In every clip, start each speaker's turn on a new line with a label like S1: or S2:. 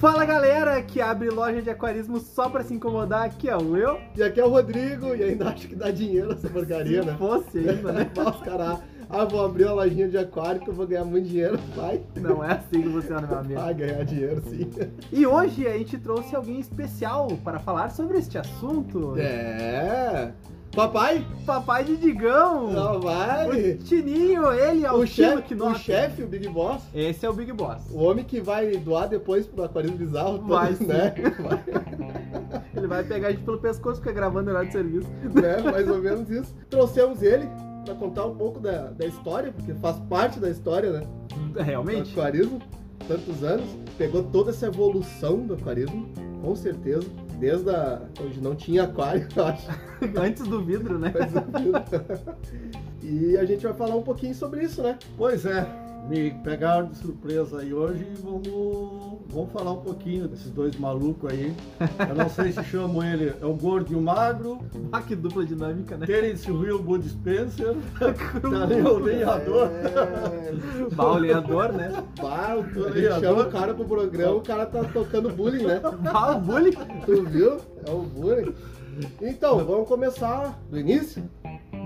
S1: Fala galera que abre loja de aquarismo só pra se incomodar, aqui é o eu.
S2: E aqui é o Rodrigo, e ainda acho que dá dinheiro essa porcaria,
S1: Se
S2: né?
S1: fosse ainda, né?
S2: Vai Os caras, ah, vou abrir uma lojinha de aquário que eu vou ganhar muito dinheiro. Vai,
S1: Não é assim que funciona, meu amigo.
S2: vai ganhar dinheiro sim.
S1: E hoje a gente trouxe alguém especial para falar sobre este assunto.
S2: É. Papai,
S1: Papai de Digão,
S2: não vai.
S1: o Tininho, ele é o,
S2: O
S1: Tino
S2: chefe,
S1: que
S2: o
S1: nota.
S2: chefe, o Big Boss,
S1: Esse é o Big Boss.
S2: o homem que vai doar depois pro aquarismo bizarro,
S1: Vai,
S2: todos,
S1: sim.
S2: né? Vai,
S1: Ele vai pegar a gente pelo pescoço, fica gravando horário de serviço.
S2: né? Mais ou menos isso. Trouxemos ele pra contar um pouco da, da história, porque faz parte da história, né? do
S1: É, Realmente?
S2: aquarismo, tantos anos, pegou toda essa evolução do aquarismo, com certeza, desde a, onde não tinha aquário, eu acho.
S1: Antes do vidro, né?
S2: mas eu vi. e a gente vai falar um pouquinho sobre isso, né?
S3: Pois é, me pegaram de surpresa aí hoje e vamos, vamos falar um pouquinho desses dois malucos aí. Eu não sei se chamam ele, é o gordo e o magro,
S1: Ah, que dupla dinâmica, né?
S3: Terence Will Bud Spencer, tá
S2: né?
S3: ali o lenhador.
S2: É...
S1: Bauleador, né?
S2: Bah, o- a gente chama o cara pro programa, o cara tá tocando bullying, né?
S1: Bau, bullying.
S2: Tu viu? É o bullying. Então, vamos começar do início?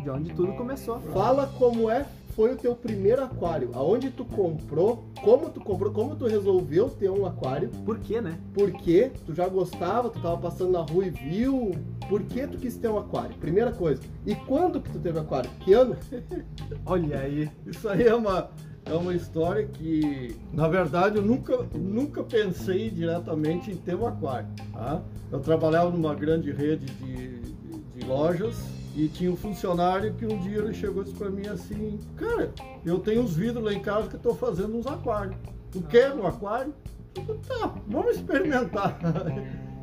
S1: De onde tudo começou.
S2: Fala como é foi o teu primeiro aquário, aonde tu comprou, como tu comprou, como tu resolveu ter um aquário,
S1: Por quê, né?
S2: por que tu já gostava, tu tava passando na rua e viu, por que tu quis ter um aquário? Primeira coisa. E quando que tu teve aquário? Que ano?
S1: Olha aí.
S3: Isso aí é uma, é uma história que, na verdade, eu nunca, nunca pensei diretamente em ter um aquário. tá? Eu trabalhava numa grande rede de, de- de lojas e tinha um funcionário que um dia ele chegou e disse para mim assim: Cara, eu tenho uns vidros lá em casa que eu estou fazendo uns aquários. Tu quer um aquário? Eu falei, tá, vamos experimentar.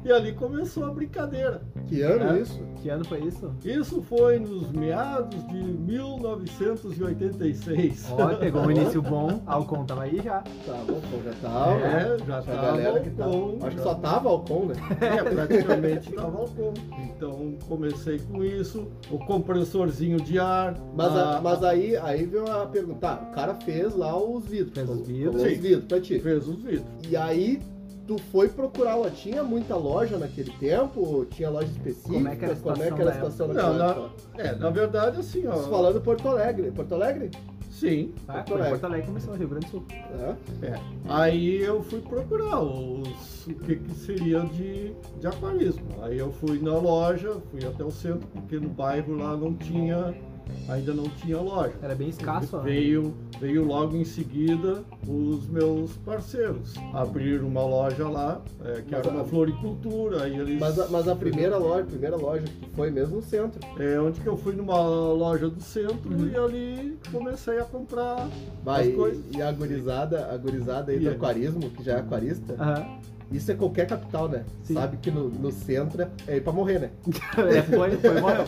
S3: E ali começou a brincadeira.
S2: Que ano
S3: É.
S2: isso?
S1: Que ano foi isso?
S3: Isso foi nos meados de 1986.
S1: Ó, pegou um início bom. Alcon tava aí já.
S2: Tá bom, pô, já tava.
S3: É, já
S2: Essa
S3: tá
S2: galera que
S3: balcão,
S2: tava. Acho que
S3: já
S2: só tava Alcon, né?
S3: É, praticamente tá balcão. Então comecei com isso, o compressorzinho de ar.
S2: Mas, a-
S1: Ah.
S3: a-
S2: mas aí, aí veio a pergunta, tá, o cara fez lá os vidros.
S1: Fez os
S2: colocou
S1: vidros.
S2: Os
S3: Sim.
S2: vidros pra ti.
S3: fez os vidros.
S2: E aí, tu foi procurar lá. Tinha muita loja naquele tempo? Tinha loja específica?
S1: Como é que era a
S2: Como é
S1: situação
S2: que era a
S1: da época?
S2: situação
S3: Não,
S2: naquela
S3: na,
S2: época?
S3: é, na verdade assim, ó.
S2: Isso Falando Porto Alegre. Porto Alegre?
S3: Sim.
S1: Tá?
S2: Porto
S1: Foi em
S2: Alegre.
S1: Porto Alegre começou, Rio Grande do Sul.
S2: É.
S3: Aí eu fui procurar os, o que, que seria de, de aquarismo. Aí eu fui na loja, fui até o centro, porque no bairro lá não tinha, ainda não tinha loja.
S1: Era bem escasso, né?
S3: Veio, veio logo em seguida os meus parceiros. Abriram uma loja lá, é, que
S2: Mas
S3: era
S2: a-
S1: ah,
S3: uma floricultura, aí eles.
S2: Mas, a- mas a primeira loja, a primeira loja que tu foi mesmo no centro.
S3: É onde que eu fui numa loja do centro
S1: Uhum.
S3: e ali comecei a comprar.
S2: Vai,
S3: As coisas.
S2: e, e a gurizada, a gurizada aí
S3: E
S2: do
S3: Ah. aí?
S2: aquarismo, que já é aquarista,
S1: Aham.
S2: isso é qualquer capital, né?
S1: Sim.
S2: Sabe que no, no centro é ir pra morrer, né?
S1: É, foi, foi, morreu.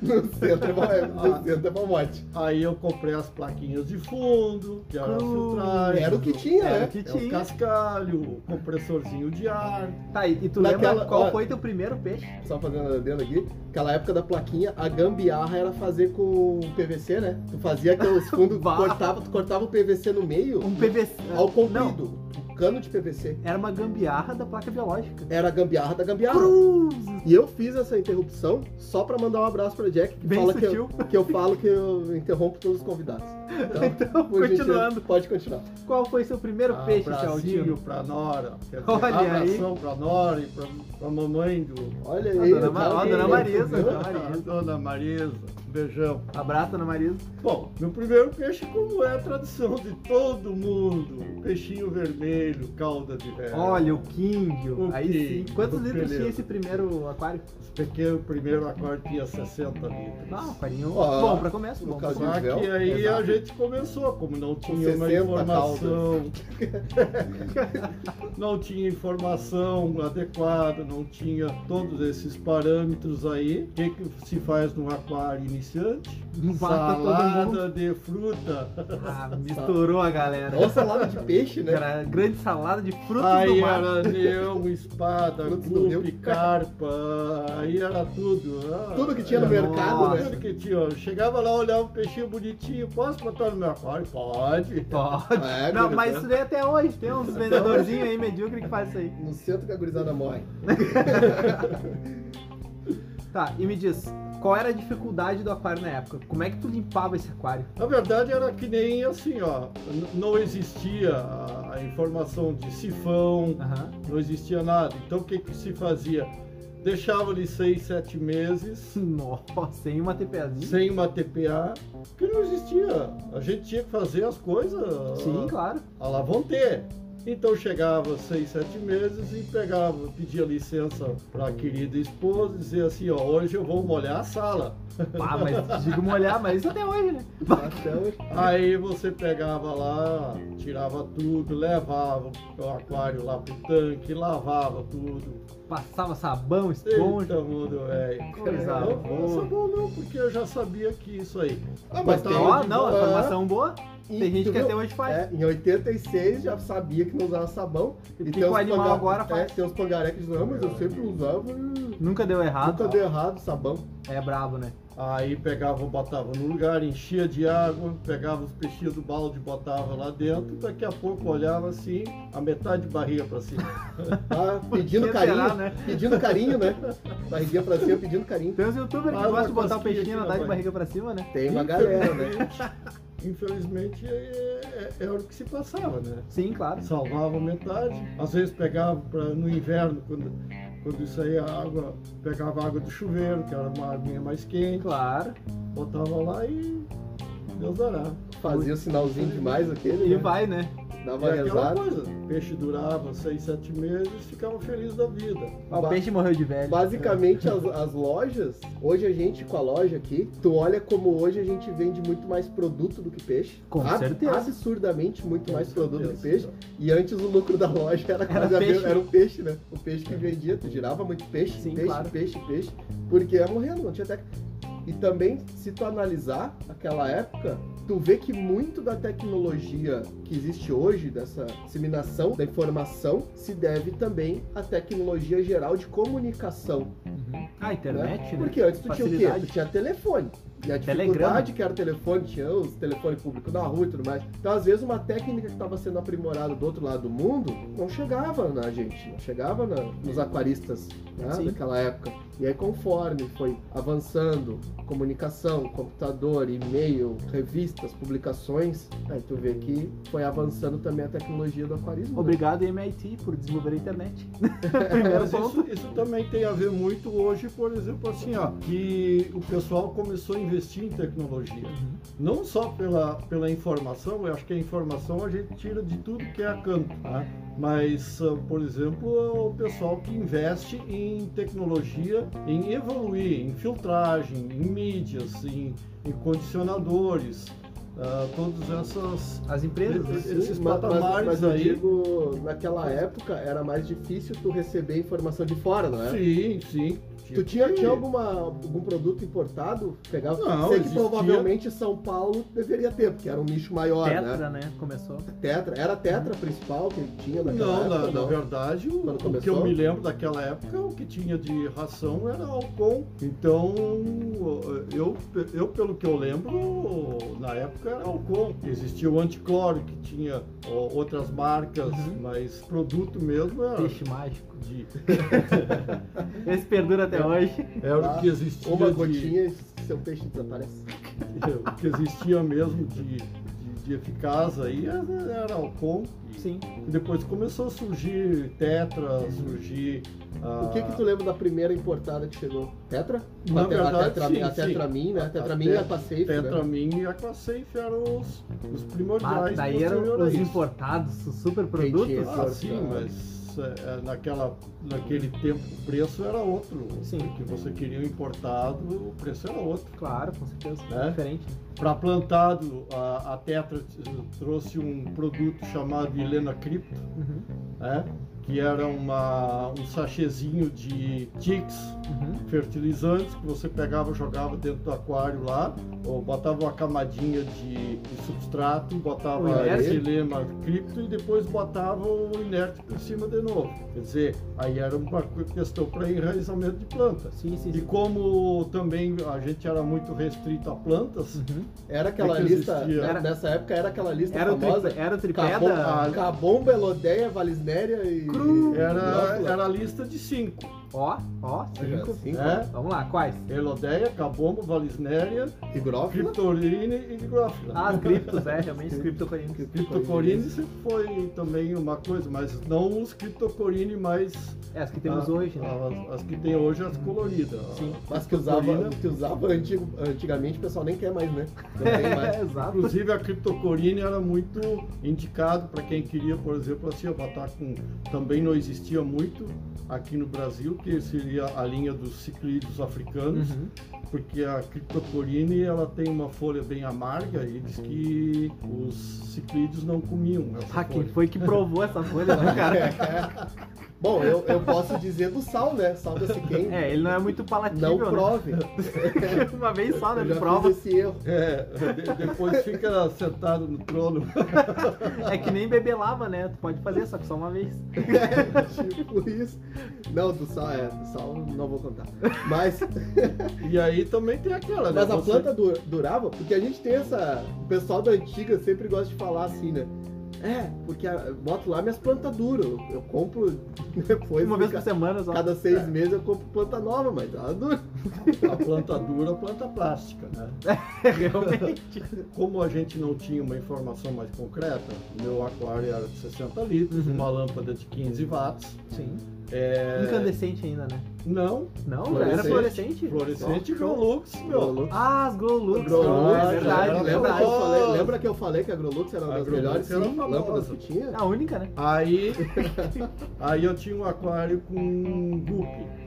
S2: No centro é pra,
S3: Ah.
S2: no centro é pra morte.
S3: Aí eu comprei as plaquinhas de fundo, que era a
S1: Cruz.
S3: filtragem.
S2: Era o que tinha,
S1: Era o
S2: né?
S1: que
S3: Ah, É o
S1: tinha.
S3: cascalho, o compressorzinho de ar.
S1: Tá, e, e tu
S2: Naquela-
S1: lembra qual
S2: ó.
S1: foi teu primeiro peixe?
S2: Só fazendo adendo aqui, aquela época da plaquinha, a gambiarra era fazer com PVC, né? Tu fazia aqueles fundos,
S1: Bah.
S2: cortava, tu cortava o PVC no meio
S1: Um PVC.
S2: ao
S1: Não,
S2: comprido. Um cano de PVC.
S1: era uma gambiarra da placa biológica.
S2: Era a gambiarra da gambiarra.
S1: Cruzes!
S2: E eu fiz essa interrupção só pra mandar um abraço pra Jack, que
S1: Bem
S2: fala que
S1: sutil.
S2: eu, que eu falo que eu interrompo todos os convidados. Então,
S1: Então,
S2: por gentileza,
S1: continuando.
S2: Pode continuar.
S1: Qual foi seu primeiro
S3: Ah,
S1: peixe,
S3: Abracinho
S1: Chaldinho?
S3: pra Nora. Quer dizer,
S1: Olha aí.
S3: abração pra Nora e pra, pra mamãe do,
S2: Olha
S1: A
S2: aí.
S1: dona
S2: o
S1: Ma-
S2: cara
S1: ó, a
S2: que-
S1: dona Marisa.
S2: entendeu?
S1: Dona Marisa.
S3: Dona Marisa, um beijão.
S1: Abraço, Ana Marisa.
S3: Bom, meu primeiro peixe, como é a tradição de todo mundo, peixinho vermelho, cauda de réu.
S1: Olha, o King.
S3: É. O
S1: Aí
S3: King,
S1: sim. Quantos
S3: o
S1: litros
S3: beleza.
S1: tinha esse primeiro aquário?
S3: Esse pequeno primeiro acorde tinha 60 litros.
S1: Não, aquarinho.
S2: Ó,
S1: bom, pra começo,
S2: no
S1: bom.
S2: caso-
S3: Só que
S2: Nível,
S3: aí
S2: exato.
S3: a gente começou, como não tinha
S2: 60
S3: uma informação, não tinha informação adequada, não tinha todos esses parâmetros aí. O que, que se faz num aquário iniciante,
S1: Mata todo
S3: salada de fruta.
S1: Ah, misturou a galera.
S2: Ou salada de peixe, né?
S1: Era grande salada de frutos
S3: Aí
S1: do mar.
S3: era neão, espada,
S2: Frutos do
S3: clube,
S2: rio.
S3: carpa, aí era tudo. Ah,
S2: Tudo que tinha no
S3: era-
S2: mercado,
S1: Nossa.
S2: né?
S3: Tudo que tinha. Eu chegava lá, olhava um peixinho bonitinho, posso botar no meu aquário? Pode.
S1: Pode.
S2: É,
S1: Não,
S2: gurizada.
S1: mas isso daí até hoje. Tem uns vendedorzinhos aí medíocre que faz isso aí.
S2: No centro que a gurizada morre.
S1: Tá, e me diz, qual era a dificuldade do aquário na época? Como é que tu limpava esse aquário?
S3: Na verdade era que nem assim, ó, n- não existia a- a informação de sifão,
S1: Aham.
S3: não existia nada. Então o que, que se fazia? Deixava ele seis, sete meses
S1: Nossa, sem uma TPAzinha?
S3: sem uma TPA, porque não existia. A gente tinha que fazer as coisas
S1: Sim, claro.
S3: a lá vão ter. Então chegava seis, sete meses e pegava, pedia licença para a querida esposa, dizia assim, ó, hoje eu vou molhar a sala.
S1: Pá, mas digo molhar, mas isso até hoje, né?
S2: Então,
S3: Aí você pegava lá, tirava tudo, levava o aquário lá pro tanque, lavava tudo.
S1: Passava sabão, esponja.
S3: Eita, mundo, velho.
S1: Coisa
S3: não
S1: boa.
S3: faça bom não, porque eu já sabia que isso aí.
S2: Ah,
S1: Mas
S2: mas
S1: tem,
S2: tá
S1: ó,
S2: onde
S1: não, a
S2: boa.
S1: informação boa.
S2: E
S1: Tem gente
S2: tu
S1: que
S2: viu?
S1: até hoje faz.
S2: É, em 86 já sabia que não usava sabão.
S1: E
S2: tem
S1: que o
S2: uns
S1: animal
S2: panga-
S1: agora
S2: é,
S1: faz.
S2: Tem uns pangarecos que dizem, "Ah, mas eu sempre usava e
S1: Nunca deu errado.
S2: nunca deu errado sabão.
S1: É brabo, né?
S3: Aí pegava, botava no lugar, enchia de água, pegava os peixinhos do balde, botava lá dentro, daqui a pouco olhava assim, a metade de barriga pra cima.
S2: Tá pedindo
S1: que
S2: carinho,
S1: será, né?
S2: pedindo carinho, né? Barriguinha pra cima pedindo carinho.
S1: Tem uns youtubers que
S3: Faz uma
S1: gostam de botar o
S3: cosquinha
S1: peixinho
S3: aqui
S1: nadar
S3: na
S1: de barriga pra cima, né?
S2: Tem uma galera, né?
S3: Infelizmente- Infelizmente é, é, é o que se passava, né?
S1: Sim, claro.
S3: salvava metade. Às vezes pegava pra, no inverno, quando, quando isso aí a água, pegava água do chuveiro, que era uma aguinha mais quente,
S1: Claro.
S3: botava lá e Deus dará.
S2: Fazia o sinalzinho demais aquele,
S1: E
S2: né?
S1: vai, né?
S2: Dava
S3: E aquela
S2: rezada.
S3: coisa, o peixe durava seis, sete meses, ficava feliz da vida.
S1: Ó, O
S2: Ba-
S1: peixe morreu de velho.
S2: Basicamente, as, as lojas, hoje a gente com a loja aqui, tu olha como hoje a gente vende muito mais produto do que peixe.
S1: Com certeza.
S2: Absurdamente muito mais
S3: Com
S2: produto do que peixe.
S3: certeza.
S2: E antes o lucro da loja era quase a
S1: peixe.
S2: mesma- era o peixe, né? O peixe que vendia, tu girava muito peixe,
S1: Sim,
S2: peixe,
S1: claro.
S2: peixe, peixe, porque ia morrendo, não tinha técnica. E também, se tu analisar aquela época, tu vê que muito da tecnologia que existe hoje, dessa disseminação da informação, se deve também à tecnologia geral de comunicação.
S1: Uhum. Ah, internet, né?
S2: Porque antes tu tinha o
S1: Facilidade.
S2: quê? Tu tinha telefone. E a dificuldade
S1: Telegrama.
S2: que era o telefone, tinha os telefone público na rua e tudo mais. Então, às vezes, uma técnica que estava sendo aprimorada do outro lado do mundo não chegava na gente, não chegava na- nos aquaristas né,
S1: Sim.
S2: daquela época. E aí, conforme foi avançando, comunicação, computador, e-mail, revistas, publicações, aí tu vê que foi avançando também a tecnologia do aquarismo. né?
S1: Obrigado, MIT, por desenvolver a internet.
S2: É
S1: Primeiro
S3: É, Mas
S1: ponto.
S3: isso, isso também tem a ver muito hoje, por exemplo, assim, ó, que o pessoal começou a investir em tecnologia.
S1: Uhum.
S3: Não só pela, pela informação, eu acho que a informação a gente tira de tudo que é canto, tá? mas, ah, por exemplo, o pessoal que investe em tecnologia, em evoluir, em filtragem, em mídias, em, em condicionadores, ah, todas essas.
S1: As empresas.
S3: Esse-
S1: assim,
S3: esses
S2: mas, mas-
S3: patamares
S2: mas eu
S3: aí-
S2: digo, naquela época era mais difícil tu receber informação de fora, não é?
S3: Sim, sim.
S2: Tu tinha,
S3: que-
S2: tinha alguma, algum produto importado? Pegava?
S3: Não,
S2: Sei que
S3: existia.
S2: provavelmente São Paulo deveria ter, porque era um nicho maior, né?
S1: Tetra, né? Começou.
S2: Tetra. Era a Tetra principal que tinha naquela
S3: Não,
S2: época?
S3: na, na verdade, o,
S2: Quando
S3: o que
S2: começou?
S3: eu me lembro daquela época, o que tinha de ração era Alcon. Então, eu, eu pelo que eu lembro, na época era Alcon. Existia o Anticloro, que tinha ó, outras marcas,
S1: Uhum.
S3: mas produto mesmo era,
S1: Peixe mágico.
S3: de-
S1: Esse perdura até hoje.
S3: era o que existia
S2: Uma
S3: de- é,
S2: gotinha e seu peixe desaparece.
S3: o que existia mesmo de, de, de eficaz aí era, era Alcon.
S1: Sim.
S3: Depois começou a surgir Tetra, surgir... ah,
S2: O que que tu lembra da primeira importada que chegou? Tetra?
S3: Na
S2: a, te- a
S3: verdade,
S2: tetra,
S3: sim,
S2: a
S3: sim.
S2: Tetramin, né? A
S3: A
S2: Tetramin
S3: te-
S2: é pra safe, né?
S3: Tetramin e Aquasafe eram os, os
S1: Mas
S3: primordiais.
S1: daí eram
S3: posterior a
S1: os
S3: isso.
S1: importados, os super
S2: Entendi.
S1: produtos.
S3: Ah, sim, mas é, é, naquela, naquele tempo o preço era outro.
S1: Sim.
S3: O que você queria o importado, o preço era outro.
S1: Claro, com certeza.
S3: Né?
S1: Diferente.
S3: Para plantado, a, a Tetra t- trouxe um produto chamado Helena Cripto,
S1: Uhum.
S3: né? que era uma, um sachêzinho de Tix
S1: Uhum.
S3: fertilizantes que você pegava, jogava dentro do aquário lá, ou botava uma camadinha de, de substrato,
S1: O
S3: botava
S1: inerte?
S3: dilema cripto e depois botava o inerte por cima de novo. Quer dizer, aí era uma questão para enraizamento de plantas.
S1: Sim, sim,
S3: E
S1: sim.
S3: como também a gente era muito restrito a plantas,
S1: Uhum.
S2: Era aquela
S3: É que
S2: lista,
S3: existia.
S2: era-
S1: Era-
S2: nessa época era aquela lista
S1: Era o,
S2: famosa.
S1: tri... era o tripé
S2: Cabom,
S1: da...
S2: ah, Cabom, Belodeia, Valisnéria e...
S1: Cru.
S3: era,
S2: Lócula.
S3: era a lista de cinco,
S1: Ó, ó,
S2: Olha,
S1: cinco.
S2: cinco.
S3: né?
S1: Vamos lá, quais?
S3: Elodeia, Cabombo, Valisnéria,
S2: E Grófila.
S3: Criptorine e Grofila.
S1: Ah, as criptos, é, realmente os criptocoins.
S3: Criptocorine foi também uma coisa, mas não os criptocorine mais
S1: É, as que temos
S3: ah,
S1: hoje, né?
S3: ah, as, as que tem hoje as coloridas.
S1: Sim.
S2: Mas que usava, que usava antigo, antigamente o pessoal nem quer mais, né? Não tem mais.
S1: É, exato.
S3: Inclusive a criptocorine era muito indicado para quem queria, por exemplo, assim, ó, botar com também não existia muito aqui no Brasil que seria a linha dos ciclídeos africanos,
S1: Uhum.
S3: porque a criptocorine ela tem uma folha bem amarga e diz que os ciclídeos não comiam essa
S1: Ah, quem
S3: folha.
S1: foi que provou essa folha, né, cara?
S2: Bom, eu, eu posso dizer do sal, né? Sal da Siquem.
S1: É, ele não é muito palatível,
S2: Não provem.
S1: né? Uma vez só, né?
S2: Eu
S1: Ele
S2: já
S1: prova.
S2: fiz esse erro.
S3: É, de- depois fica sentado no trono.
S1: É que nem beber lava, né? Tu pode fazer, só que só uma vez.
S2: tipo isso. Não, do sal, é. Do sal não vou contar. Mas,
S3: E aí também tem aquela, né?
S2: mas a
S3: Você-
S2: planta du- durava, porque a gente tem essa. O pessoal da antiga sempre gosta de falar assim, né? É, porque a, boto lá minhas plantas duram. Eu, eu compro depois.
S1: Uma
S2: de
S1: vez por
S2: ca-
S1: semana É. só.
S2: Cada seis meses eu compro planta nova, mas tá ela dura.
S3: A planta dura, a planta plástica, né?
S1: Realmente.
S3: Como a gente não tinha uma informação mais concreta, meu aquário era de 60 litros,
S1: Uhum.
S3: uma lâmpada de 15 watts.
S1: Sim.
S3: É...
S1: Incandescente ainda, né?
S3: Não,
S1: Não, era fluorescente.
S3: Fluorescente. fluorescente Golux, meu.
S2: Agrolux.
S1: Ah, as Grow Lux.
S2: Grow
S1: Ah,
S2: Lux,
S1: é
S2: né? lembra,
S1: verdade,
S2: lembra que eu
S1: verdade.
S2: falei, lembra que eu falei que a Agrolux era uma
S3: A
S2: das
S3: Agrolux
S2: melhores
S3: era
S2: sim,
S3: famosa.
S2: lâmpadas que tinha?
S1: A única, né?
S3: Aí, aí eu tinha um aquário com guppy.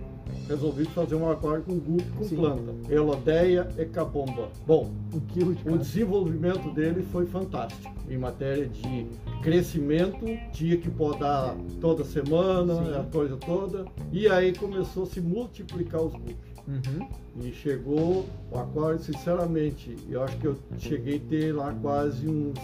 S3: Resolvi fazer um aquário com guppy com
S1: Sim.
S3: planta. Elodeia e cabomba. Bom,
S1: Um quilo de
S3: O
S1: cada.
S3: desenvolvimento dele foi fantástico. Em matéria de crescimento, tinha que podar toda semana,
S1: Sim.
S3: a coisa toda. E aí começou a se multiplicar os grupos.
S1: Uhum.
S3: E chegou o aquário, sinceramente, eu acho que eu cheguei a ter lá quase uns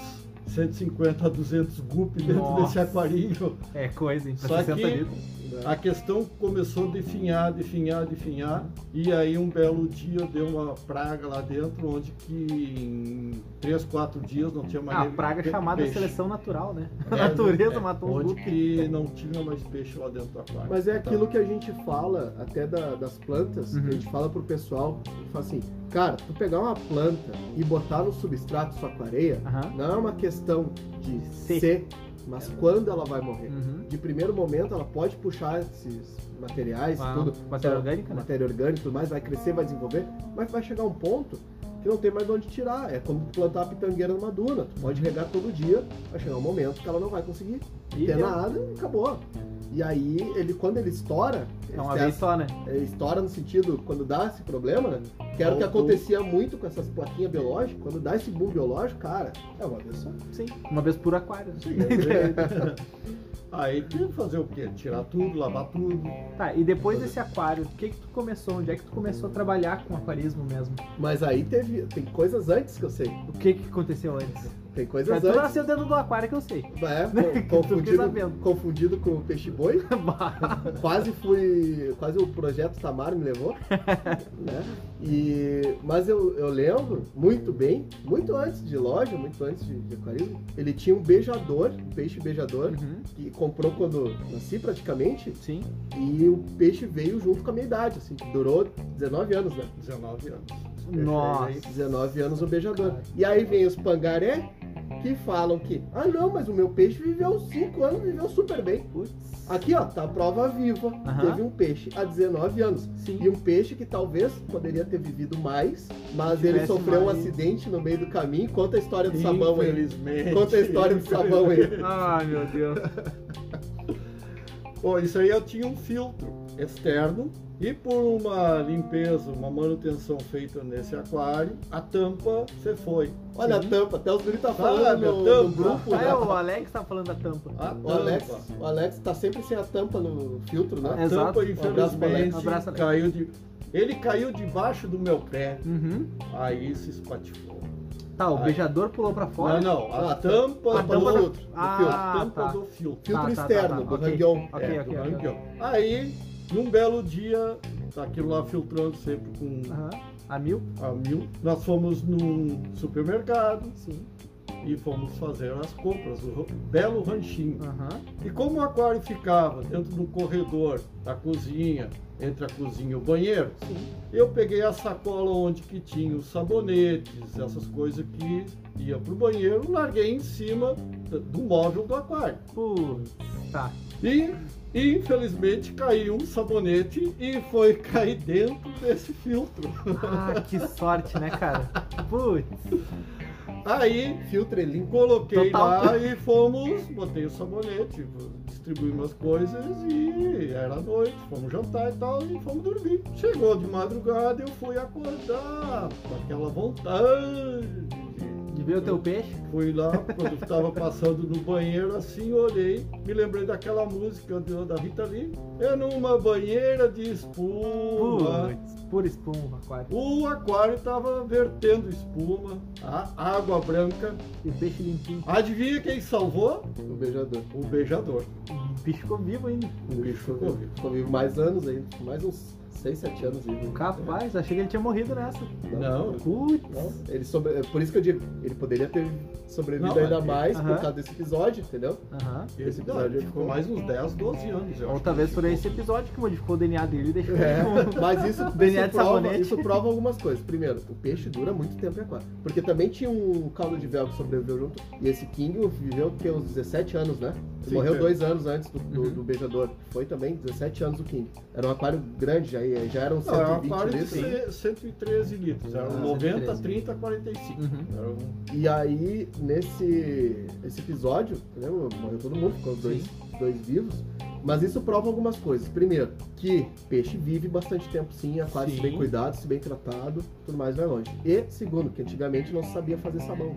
S3: 150 a 200 grupos dentro
S1: Nossa.
S3: desse aquarinho.
S1: É coisa, hein? Pra
S3: Só
S1: 60
S3: que-
S1: litros.
S3: A questão começou a definhar, definhar, definhar, e aí um belo dia deu uma praga lá dentro, onde que em 3, 4 dias não tinha mais
S1: Ah,
S3: nem-
S1: praga
S3: nem
S1: chamada
S3: peixe.
S1: seleção natural, né? A
S3: É,
S1: natureza
S3: é,
S1: matou um
S3: Onde
S1: grupo.
S3: que não tinha mais peixe lá dentro do aquário.
S2: Mas é
S3: Então,
S2: aquilo que a gente fala até da- das plantas,
S1: Uhum.
S2: que a gente fala pro pessoal, a gente fala assim, cara, tu pegar uma planta e botar no substrato só com areia,
S1: Aham.
S2: não é uma questão de
S1: Ser.
S2: ser, mas quando ela vai morrer.
S1: Uhum.
S2: De primeiro momento ela pode puxar esses materiais,
S1: Uma-
S2: tudo,
S1: Ah,
S2: Então,
S1: matéria orgânica, né?
S2: matéria orgânica e tudo mais, vai crescer, vai desenvolver, mas vai chegar um ponto que não tem mais de onde tirar. É como plantar a pitangueira numa duna. Tu pode regar todo dia, vai chegar um momento que ela não vai conseguir
S1: E
S2: ter
S1: deu.
S2: nada e acabou. E aí, ele, quando ele estoura,
S1: É uma
S2: ele
S1: vez só, né?
S2: é, estoura no sentido, quando dá esse problema, né? Que era o que
S3: Ou-
S2: acontecia muito com essas plaquinhas biológicas, quando dá esse boom biológico, cara, é uma vez só.
S1: Sim. é Uma vez por aquário. assim.
S3: Então, Aí tinha que fazer o quê? Tirar tudo, lavar tudo.
S1: Tá, e depois desse aquário, o que que tu começou? Onde é que tu começou a trabalhar com aquarismo mesmo?
S2: Mas aí teve, tem coisas antes que eu sei.
S1: O que que aconteceu antes?
S2: Tem coisas
S1: Mas tu
S2: antes.
S1: nasceu dentro do aquário que eu sei.
S2: É,
S1: Né?
S2: co-
S1: Tu fiquei
S2: confundido,
S1: sabendo.
S2: confundido com o peixe boi. Quase fui. Quase o projeto Tamar me levou. né? E, mas eu, eu lembro muito bem, muito antes de loja, muito antes de, de aquarismo, ele tinha um beijador, um peixe beijador,
S1: Uhum,
S2: que comprou quando nasci praticamente,
S1: Sim.
S2: e o peixe veio junto com a minha idade, assim, que durou 19 anos, né?
S3: 19 anos.
S1: Nossa.
S2: 19 anos o beijador. E aí vem os pangaré que falam que, ah não, mas o meu peixe viveu 5 anos, viveu super bem.
S1: Putz.
S2: Aqui ó, tá a prova viva.
S1: Aham.
S2: Teve um peixe há 19 anos.
S1: Sim.
S2: E um peixe que talvez poderia ter vivido mais, mas ele
S1: Tivesse
S2: sofreu um
S1: mais.
S2: acidente no meio do caminho. Conta a história do É sabão aí.
S3: Infelizmente.
S2: Conta a história do sabão aí.
S1: Ai, meu Deus.
S3: Bom, isso aí eu tinha um filtro. externo e por uma limpeza, uma manutenção feita nesse aquário, a tampa se foi.
S2: Olha
S1: Sim.
S2: a tampa, até os guri tá
S3: Sabe,
S2: falando
S3: a
S2: no,
S3: tampa.
S2: no grupo,
S1: Ah,
S2: né?
S1: é, o Alex tá falando da tampa.
S3: A
S2: O
S3: tampa.
S2: Alex, o Alex tá sempre sem a tampa no filtro, né?
S3: A
S1: Exato.
S3: tampa,
S2: Um abraço pro Alex.
S3: infelizmente,
S1: Um abraço, Alex.
S3: caiu de. Ele caiu debaixo do meu pé,
S1: Uhum.
S3: aí se espatifou.
S1: Tá, o
S3: Ah.
S1: beijador pulou pra fora.
S3: Não, não, a
S2: Ah,
S3: tampa,
S1: é? a
S3: do,
S1: tampa do-
S2: filtro. do
S1: Ah,
S2: filtro.
S3: a tampa
S1: tá.
S3: do filtro.
S2: Filtro
S1: tá, tá,
S2: externo,
S1: tá,
S2: do
S1: ok.
S2: Rangion.
S1: Ok,
S3: É,
S1: ok,
S3: do
S1: ok.
S3: ranquião. Aí, num belo dia, tá aquilo lá filtrando sempre com
S1: Aham. A mil?
S3: a mil, nós fomos num supermercado
S1: Sim.
S3: e fomos fazer as compras, o ro- belo ranchinho.
S1: Aham.
S3: E como o aquário ficava dentro do corredor da cozinha, entre a cozinha e o banheiro,
S1: Sim.
S3: eu peguei a sacola onde que tinha os sabonetes, essas coisas que ia pro banheiro, larguei em cima do- do móvel do aquário.
S1: Putz, tá.
S3: E, e, infelizmente caiu um sabonete e foi cair dentro desse filtro.
S1: Ah, que sorte, né, cara? Putz.
S3: Aí
S2: Filtro é limpo.
S3: coloquei
S1: Total.
S3: lá e fomos, botei o sabonete, distribuí umas coisas e era noite, fomos jantar e tal e fomos dormir. Chegou de madrugada, eu fui acordar com aquela vontade. de-
S1: De ver o teu peixe?
S3: Fui lá, quando estava passando no banheiro, assim olhei, me lembrei daquela música do- da Rita Lee. É numa banheira de espuma.
S1: Putz, pura espuma, aquário.
S3: O aquário estava vertendo espuma, a água branca.
S1: E o peixe limpinho.
S3: Adivinha quem salvou?
S2: O beijador.
S3: O beijador.
S1: O bicho ficou vivo ainda.
S2: O bicho ficou vivo. Ficou vivo mais anos aí. Mais uns 6, 7 anos vivo.
S1: Capaz, achei que ele tinha morrido nessa.
S2: Não,
S3: Não.
S1: Putz.
S2: ele sobre... é Por isso que eu digo, ele poderia ter sobrevivido
S3: Não,
S2: ainda
S3: ele-
S2: mais
S1: é,
S2: por
S1: Aham.
S2: causa desse episódio, entendeu?
S1: Aham.
S3: Esse episódio ficou mais uns 10, 12 anos. eu
S1: Ou
S3: acho
S1: talvez
S3: que
S1: por
S3: ficou.
S1: esse episódio que modificou o DNA dele e deixou
S2: É,
S1: ele com-
S2: mas isso,
S1: DNA
S2: isso,
S1: de
S2: prova,
S1: sabonete.
S2: isso prova algumas coisas. Primeiro, o peixe dura muito tempo em aquário. Porque também tinha um caldo de véu que sobreviveu junto. E esse King viveu que uns 17 anos, né? Ele
S3: Sim, é.
S2: morreu
S3: foi.
S2: dois anos antes do, do,
S1: Uhum.
S2: do beijador. Foi também 17 anos o King. Era um aquário grande, já, já eram
S3: Não, era um
S2: 120
S3: aquário de
S2: litros.
S3: ce- 113 litros. Era um
S1: Ah,
S3: 90,
S1: 113.
S3: 30, 45.
S1: Uhum.
S3: Era um...
S2: E aí, nesse esse episódio, né, morreu todo mundo, ficou os dois, dois vivos. Mas isso prova algumas coisas. Primeiro, que peixe vive bastante tempo sim, aquário se
S1: Sim.
S2: bem cuidado, se bem tratado, tudo mais vai longe. E segundo, que antigamente não se sabia fazer sabão.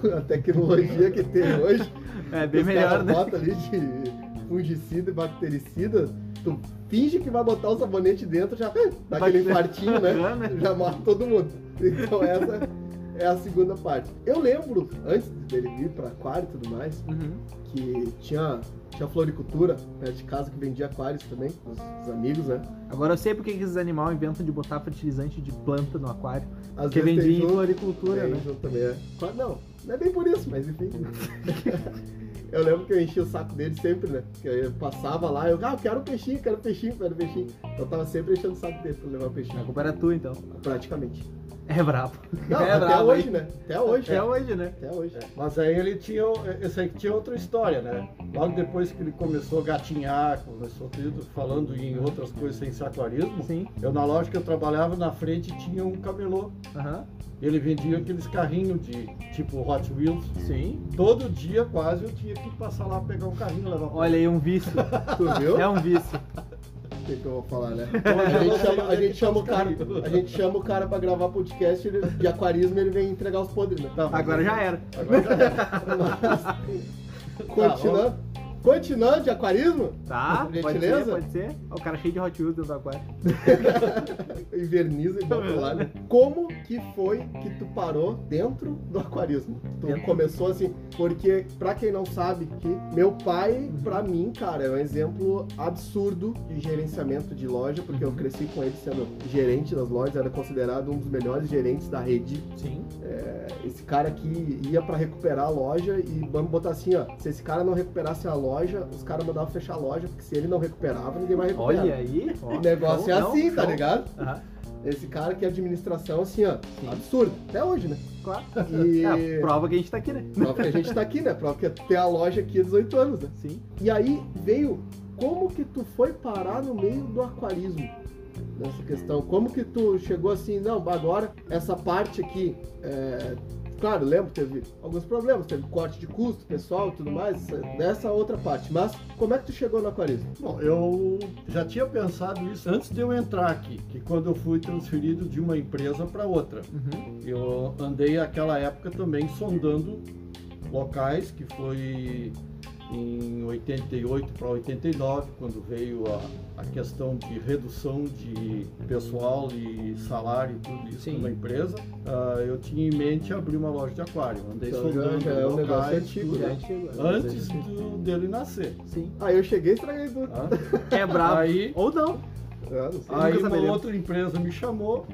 S2: Com a tecnologia que tem hoje,
S1: É bem
S2: os
S1: melhor,
S2: caras
S1: né?
S2: botam ali de fungicida e bactericida, tu finge que vai botar o sabonete dentro, já dá aquele infartinho, né? já mata todo mundo. Então essa é a segunda parte. Eu lembro, antes dele vir pra aquário e tudo mais,
S1: Uhum.
S2: que tinha, tinha floricultura perto de casa que vendia aquários também, os, os amigos, né?
S1: Agora eu sei porque que esses animais inventam de botar fertilizante de planta no aquário.
S2: Às
S1: Porque
S2: vezes
S1: vendia
S2: tem
S1: em
S2: junto,
S1: floricultura,
S2: tem
S1: né?
S2: junto também. é. Claro, Não, não é bem por isso, mas enfim. Eu lembro que eu enchia o saco dele sempre, né? Que eu passava lá, eu, ah, eu quero um peixinho, quero um peixinho, quero um peixinho. Eu tava sempre enchendo o saco dele pra levar o
S1: A
S2: peixinho.
S1: culpa era tua, então.
S2: Praticamente.
S1: É brabo.
S2: Não,
S1: é
S2: até
S1: brabo.
S2: hoje,
S1: hein?
S2: né? Até hoje.
S1: Até hoje, né?
S2: Até hoje.
S3: Mas aí ele tinha. Esse aí que tinha outra história, né? Logo depois que ele começou a gatinhar, começou tudo, falando em outras coisas sem ser aquarismo,
S1: Sim.
S3: eu na loja que eu trabalhava, na frente tinha um camelô.
S1: Aham.
S3: Ele vendia aqueles carrinhos de tipo Hot Wheels.
S1: Sim.
S3: Todo dia quase eu tinha que passar lá pegar um carrinho e levar pra
S1: Olha aí, um vício.
S2: Tu viu?
S1: É um vício.
S2: O que, que eu vou falar, né?
S3: eu
S2: A
S3: não
S2: gente,
S3: sei
S2: chama,
S3: onde
S2: a,
S3: é que
S2: gente
S3: tá
S2: chama
S3: os
S2: o cara,
S3: caras.
S2: a gente chama o cara pra gravar podcast ele- de aquarismo ele vem entregar os podres, né?
S3: Tá, mas-
S1: Agora já era.
S3: Agora já era.
S2: Continuando. Continuando Tá, de aquarismo?
S1: Tá? Pode ser,
S2: Gentileza?
S1: pode ser. Ó, O cara cheio de Hot Wheels dentro do aquário.
S2: Inverniza e bota lá, né? Como que foi que tu parou dentro do aquarismo? Tu
S1: Dentro.
S2: começou assim, porque pra quem não sabe, que meu pai, pra mim, cara, é um exemplo absurdo de gerenciamento de loja, porque eu cresci com ele sendo gerente das lojas, era considerado um dos melhores gerentes da rede
S1: Sim.
S2: esse cara aqui ia pra recuperar a loja e vamos botar assim, ó. Se esse cara não recuperasse a loja, os caras mandavam fechar a loja, porque se ele não recuperava, ninguém mais recuperava.
S1: Olha aí. ó.
S2: O negócio
S1: Show,
S2: é
S1: não,
S2: assim, tá
S1: show.
S2: ligado?
S1: Aham.
S2: Esse cara que é administração, assim, ó,
S1: Sim.
S2: absurdo. Até hoje, né?
S1: Claro.
S2: E
S1: É, prova que a gente tá aqui, né?
S2: prova que a gente tá aqui, né? Prova que tem a loja aqui há 18 anos, né?
S1: Sim.
S2: E aí veio como que tu foi parar no meio do aquarismo nessa questão? Como que tu chegou assim, não, agora essa parte aqui é, Claro, lembro, que teve alguns problemas, teve corte de custo, pessoal e tudo mais, nessa outra parte. Mas como é que tu chegou no aquarismo?
S3: Bom, eu já tinha pensado isso antes de eu entrar aqui, que quando eu fui transferido de uma empresa para outra.
S1: Uhum.
S3: Eu andei naquela época também sondando locais, que foi em 88 para 89, quando veio a, a questão de redução de pessoal e salário e tudo isso
S1: Sim.
S3: numa empresa. Ah, eu tinha em mente abrir uma loja de aquário. Andei
S2: Então, já-
S3: sondando
S2: já é um negócio
S3: locais
S2: antigo,
S3: tudo,
S2: né?
S1: Antigo, é.
S3: antes do- dele nascer.
S1: Sim.
S2: Aí eu cheguei e estraguei tudo.
S3: tá?
S1: É brabo.
S3: Aí-
S1: Ou não.
S2: Ah, não sei.
S1: nunca
S3: Aí uma
S1: saberemos.
S3: outra empresa me chamou,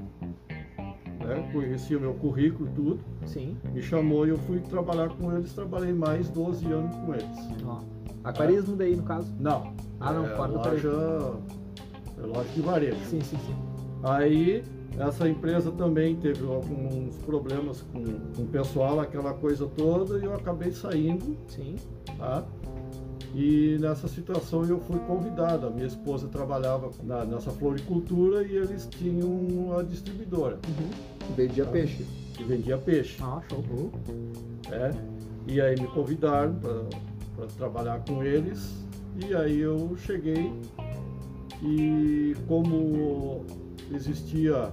S3: né, conhecia o meu currículo e tudo,
S1: Sim.
S3: me chamou e eu fui trabalhar com eles, trabalhei mais 12 anos com eles.
S1: Ó. Aquarismo daí, no caso.
S3: Não.
S1: Ah, não,
S3: é,
S1: fora do
S3: loja, é loja de varejo.
S1: Sim, sim, sim.
S3: Aí essa empresa também teve alguns problemas com, com o pessoal, aquela coisa toda, e eu acabei saindo,
S1: Sim.
S3: tá? E nessa situação eu fui convidado. A minha esposa trabalhava na, nessa floricultura e eles tinham a distribuidora.
S1: Uhum.
S2: Vendia peixe.
S3: que vendia peixe.
S1: Ó, show.
S3: né? E aí me convidaram para trabalhar com eles. E aí eu cheguei e como existia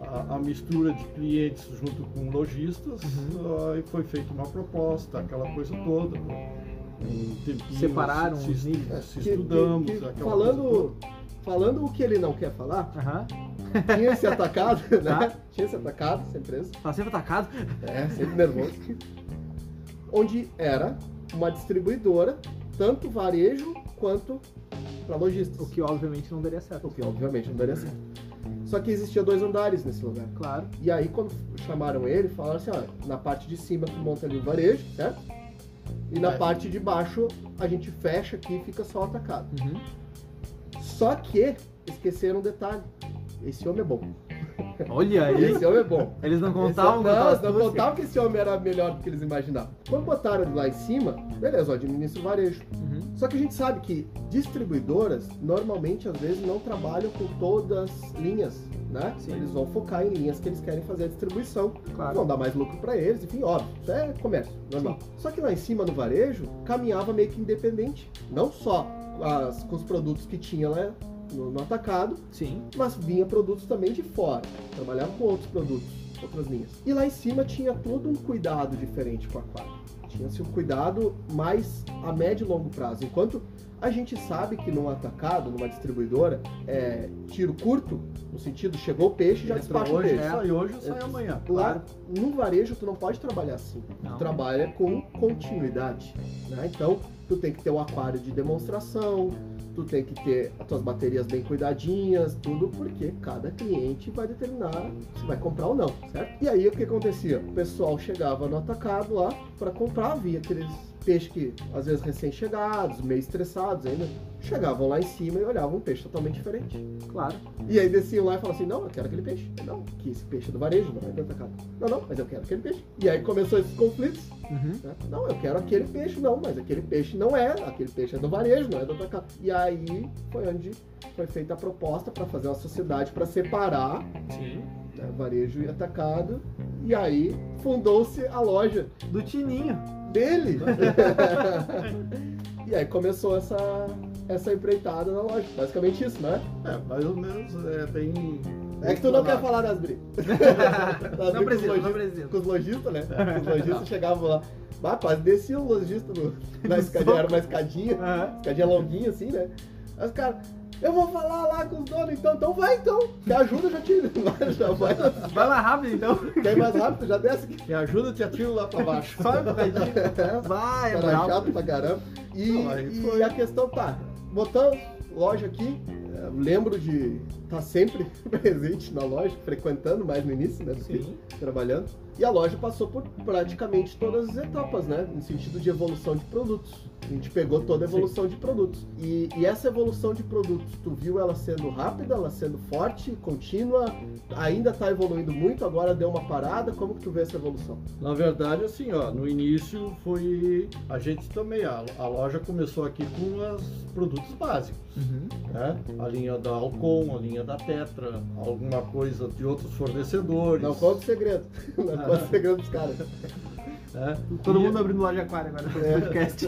S3: a, a mistura de clientes junto com lojistas,
S1: Uhum.
S3: aí foi feita uma proposta, aquela coisa toda. Um tempinho,
S1: Separaram
S3: se,
S1: os
S3: se,
S1: níveis.
S3: É, se
S2: Que- que-
S3: estudamos,
S2: que-
S3: aquela coisa
S2: falando, falando o que ele não quer falar,
S1: Aham.
S2: tinha se atacado, né?
S1: Tá.
S2: Tinha se atacado, essa empresa.
S1: Tá sempre atacado?
S2: É, sempre nervoso. Onde era uma distribuidora, tanto varejo quanto para lojistas.
S1: O que obviamente não daria certo.
S2: é, O que, obviamente não daria certo. Só que existia dois andares nesse lugar.
S1: Claro.
S2: E aí quando chamaram ele, falaram assim, olha, na parte de cima tu monta ali o varejo, certo? E na
S3: É.
S2: parte de baixo a gente fecha aqui e fica só atacado.
S1: Uhum.
S2: Só que esqueceram um detalhe. Esse homem é bom.
S1: Olha aí.
S2: Esse homem é bom.
S1: Eles não
S2: Esse-
S1: contavam com
S2: não,
S1: aquelas
S2: não
S1: um duas-
S2: contavam que esse homem era melhor do que eles imaginavam. Quando botaram ele lá em cima, beleza, eu administro o varejo.
S1: Uhum.
S2: Só que a gente sabe que distribuidoras normalmente às vezes não trabalham com todas as linhas, né?
S1: Sim.
S2: Eles vão focar em linhas que eles querem fazer a distribuição,
S1: Claro.
S2: vão dar mais lucro pra eles, enfim, óbvio, isso é comércio, normal. Só que lá em cima no varejo caminhava meio que independente, não só as- com os produtos que tinha lá no- no atacado,
S1: Sim.
S2: mas vinha produtos também de fora. Trabalhava com outros produtos, outras linhas. E lá em cima tinha todo um cuidado diferente com o aquário. Tinha-se um cuidado mais a médio e longo prazo. Enquanto a gente sabe que num atacado, numa distribuidora, é tiro curto, no sentido, chegou o peixe, já
S3: toda. Entra
S2: despacha o
S3: hoje, né?
S2: peixe.
S1: peixe.
S3: sai hoje, sai
S1: É,
S3: amanhã.
S2: Lá no varejo tu não pode trabalhar assim.
S1: Não.
S2: Tu trabalha com continuidade, né? Então tu tem que ter o aquário de demonstração, tu tem que ter as tuas baterias bem cuidadinhas, tudo porque cada cliente vai determinar se vai comprar ou não, certo? E aí o que acontecia? O pessoal chegava no atacado lá para comprar, via aqueles peixes que às vezes recém-chegados, meio estressados ainda, chegavam lá em cima e olhavam um peixe totalmente diferente.
S1: Claro.
S2: E aí desciam lá e falavam assim, não, eu quero aquele peixe. Não, que esse peixe é do varejo, não é do atacado. Não, não, mas eu quero aquele peixe. E aí começou esses conflitos.
S1: Uhum.
S2: né? Não, eu quero aquele peixe, não, mas aquele peixe não é, aquele peixe é do varejo, não é do atacado. E aí foi onde foi feita a proposta para fazer uma sociedade para separar
S1: Sim.
S2: né, varejo e atacado. E aí fundou-se a loja
S1: Do Tininho.
S2: dele. e aí começou essa, essa empreitada na loja. Basicamente isso, né?
S3: É, mais ou menos é bem.
S2: É que tu não quer falar das brigas. Das
S1: Não
S2: brigas com
S1: precisa,
S2: os
S1: não
S2: lojistas,
S1: precisa.
S2: com os lojistas, né? Os lojistas chegavam lá. Bah, quase descia o lojista no- na escadinha, era uma escadinha,
S1: Aham.
S2: escadinha longuinha assim, né? Aí os caras, eu vou falar lá com os donos então, então vai então, me ajuda, eu já te vai, já vai.
S1: Vai lá rápido então.
S2: Quer ir mais rápido, já desce aqui.
S3: Me ajuda, te atiro lá pra baixo.
S1: Sobe um bocadinho. Vai, é
S2: Era
S1: brabo.
S2: chato pra caramba. E,
S3: Não, aí
S2: e
S3: foi.
S2: a questão tá, botamos loja aqui, eh, lembro de estar sempre presente na loja, frequentando mais no início, né? do que-
S1: Sim.
S2: trabalhando. E a loja passou por praticamente todas as etapas, né? No sentido de evolução de produtos. A gente pegou toda a evolução de produtos. E, e essa evolução de produtos, tu viu ela sendo rápida, ela sendo forte, contínua, ainda tá evoluindo muito, agora deu uma parada. Como que tu vê essa evolução?
S3: Na verdade, assim, ó, no início foi. A gente também, a, a loja começou aqui com os produtos básicos, né? A linha da Alcon, a linha da Tetra, alguma coisa de outros fornecedores.
S2: Não conta o segredo. Não
S3: Ah.
S2: conta o segredo dos caras.
S3: né?
S1: Todo
S3: E
S1: mundo abrindo loja de aquário agora no podcast.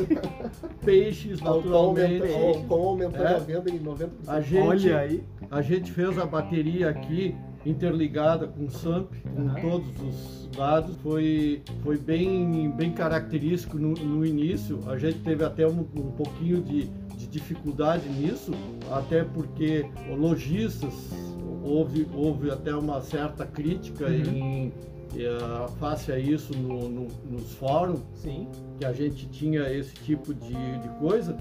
S3: Peixes, naturalmente.
S2: Aumentando, com aumentando
S3: É.
S2: a venda em 90%.
S3: A gente,
S1: Olha aí.
S3: a gente fez a bateria aqui interligada com o SAMP, com
S1: Aham.
S3: todos os lados. Foi, foi bem, bem característico no, no início. A gente teve até um, um pouquinho de, de dificuldade nisso, até porque o lojistas houve, houve até uma certa crítica
S1: Uhum.
S3: em, eh, face a isso no, no, nos fóruns
S1: Sim.
S3: que a gente tinha esse tipo de, de coisa,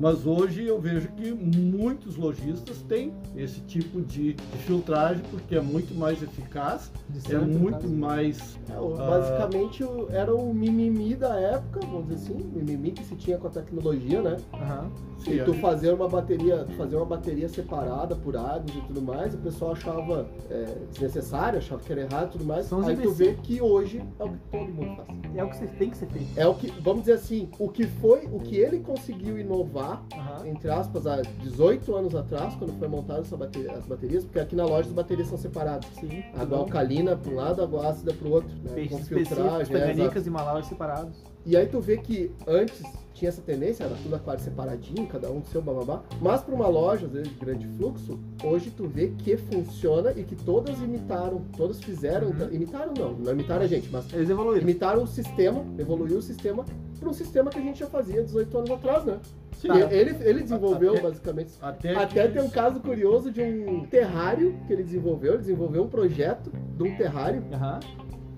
S3: mas hoje eu vejo que muitos lojistas têm esse tipo de, de filtragem porque é muito mais eficaz,
S1: De
S3: é
S1: sempre,
S3: muito
S1: no caso.
S3: mais.
S2: É, o-
S3: Ah.
S2: basicamente o- era o mimimi da época, vamos dizer assim, mimimi que se tinha com a tecnologia, né?
S1: tá? Aham.
S2: E
S3: a
S2: tu
S3: gente-
S2: fazer uma bateria, tu fazer uma bateria separada por águas e tudo mais, o pessoal achava é, desnecessário, achava que era errado e tudo mais.
S1: São os
S2: Aí tu
S1: imbecil.
S2: vê que hoje é o que todo mundo faz.
S1: É o que você tem que ser feito.
S2: É o que, vamos dizer assim, o que foi, o que ele conseguiu inovar
S1: Aham.
S2: entre aspas, há 18 anos atrás, quando foi montada essa bateria, as baterias, porque aqui na loja as baterias são separadas.
S1: Sim.
S2: Água alcalina para um lado, água ácida para o outro, né? com
S1: Peixes específicos,
S2: filtragem. é, exato.
S1: tanganicas e malauas separados.
S2: E aí tu vê que antes tinha essa tendência, era tudo aquário separadinho, cada um com seu bababá. Mas para uma loja, às vezes, de grande fluxo, hoje tu vê que funciona e que todas imitaram, todas fizeram,
S1: Uhum.
S2: imitaram não, não imitaram a gente, mas
S1: Eles evoluíram.
S2: imitaram o sistema, evoluiu o sistema para um sistema que a gente já fazia 18 anos atrás, né?
S3: Sim, É.
S2: E Ele, ele desenvolveu
S3: Até-
S2: basicamente
S3: até,
S2: até
S3: que-
S2: tem um caso curioso de um terrário que ele desenvolveu. Ele desenvolveu um projeto de um terrário
S1: Aham.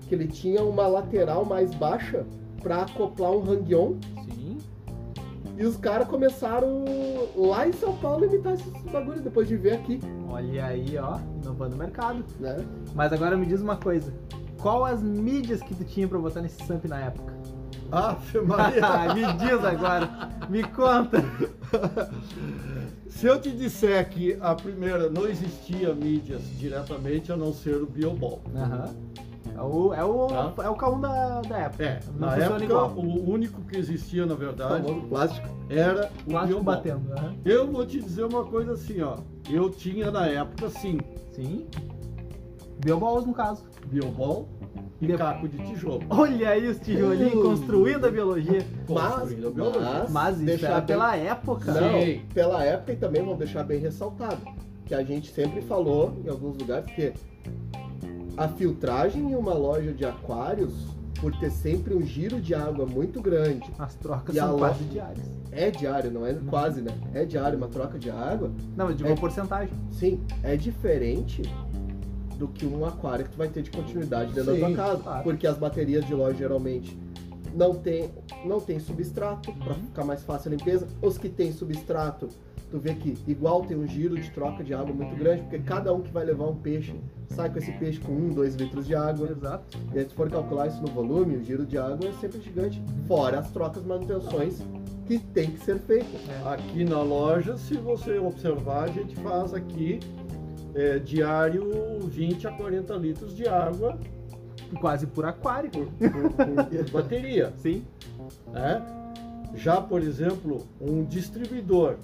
S2: que ele tinha uma lateral mais baixa pra acoplar um hang-on.
S1: Sim.
S2: E os caras começaram lá em São Paulo a imitar esses bagulho depois de ver aqui,
S1: Olha aí, ó. Inovando o mercado.
S2: né?
S1: Mas agora me diz uma coisa. Qual as mídias que tu tinha pra botar nesse Samp na época?
S3: Ave Maria.
S1: me diz agora. Me conta.
S3: Se eu te disser que a primeira não existia mídias diretamente a não ser o Biobol.
S1: Aham. É o, é o,
S3: Tá.
S1: é o K1 da, da época.
S3: É,
S1: Não
S3: na
S1: funciona
S3: época
S1: igual.
S3: o único que existia na verdade
S2: Famoso Tá plástico.
S3: era o
S1: Plástico
S3: Biobol.
S1: batendo. Aham.
S3: Eu vou te dizer uma coisa assim, ó. Eu tinha na época sim
S1: Sim. Bioballs, no caso.
S3: biobol e
S1: De-
S3: caco de tijolo.
S1: Olha aí os tijolinhos
S2: Uh.
S1: construindo a biologia.
S2: Mas,
S3: Construindo a biologia.
S2: mas,
S1: Mas isso
S2: deixar
S1: era
S2: bem-
S1: pela época.
S2: Não,
S3: Ah, tá. Sim.
S2: pela época e também vamos deixar bem ressaltado que a gente sempre falou em alguns lugares que a filtragem em uma loja de aquários, por ter sempre um giro de água muito grande,
S1: As trocas
S2: E a
S1: são
S2: lo-
S1: quase diárias.
S2: é diário, não é quase, né? É diário, uma troca de água.
S1: Não, eu digo
S2: É.
S1: a porcentagem.
S2: Sim, é diferente do que um aquário que tu vai ter de continuidade dentro da
S3: Sim,
S2: tua casa,
S1: claro.
S2: porque as baterias de loja geralmente não tem não tem substrato para
S1: Uhum.
S2: ficar mais fácil a limpeza. Os que tem substrato, tu vê que igual tem um giro de troca de água muito grande, porque cada um que vai levar um peixe sai com esse peixe com um, dois litros de água.
S1: Exato.
S2: E aí, se for calcular isso no volume, o giro de água é sempre gigante, fora as trocas, manutenções que tem que ser feitas.
S3: Aqui na loja, se você observar, a gente faz aqui é, diário 20 a 40 litros de água
S1: Quase por aquário.
S3: por, por- por bateria.
S1: Sim.
S3: né? Já, por exemplo, um distribuidor,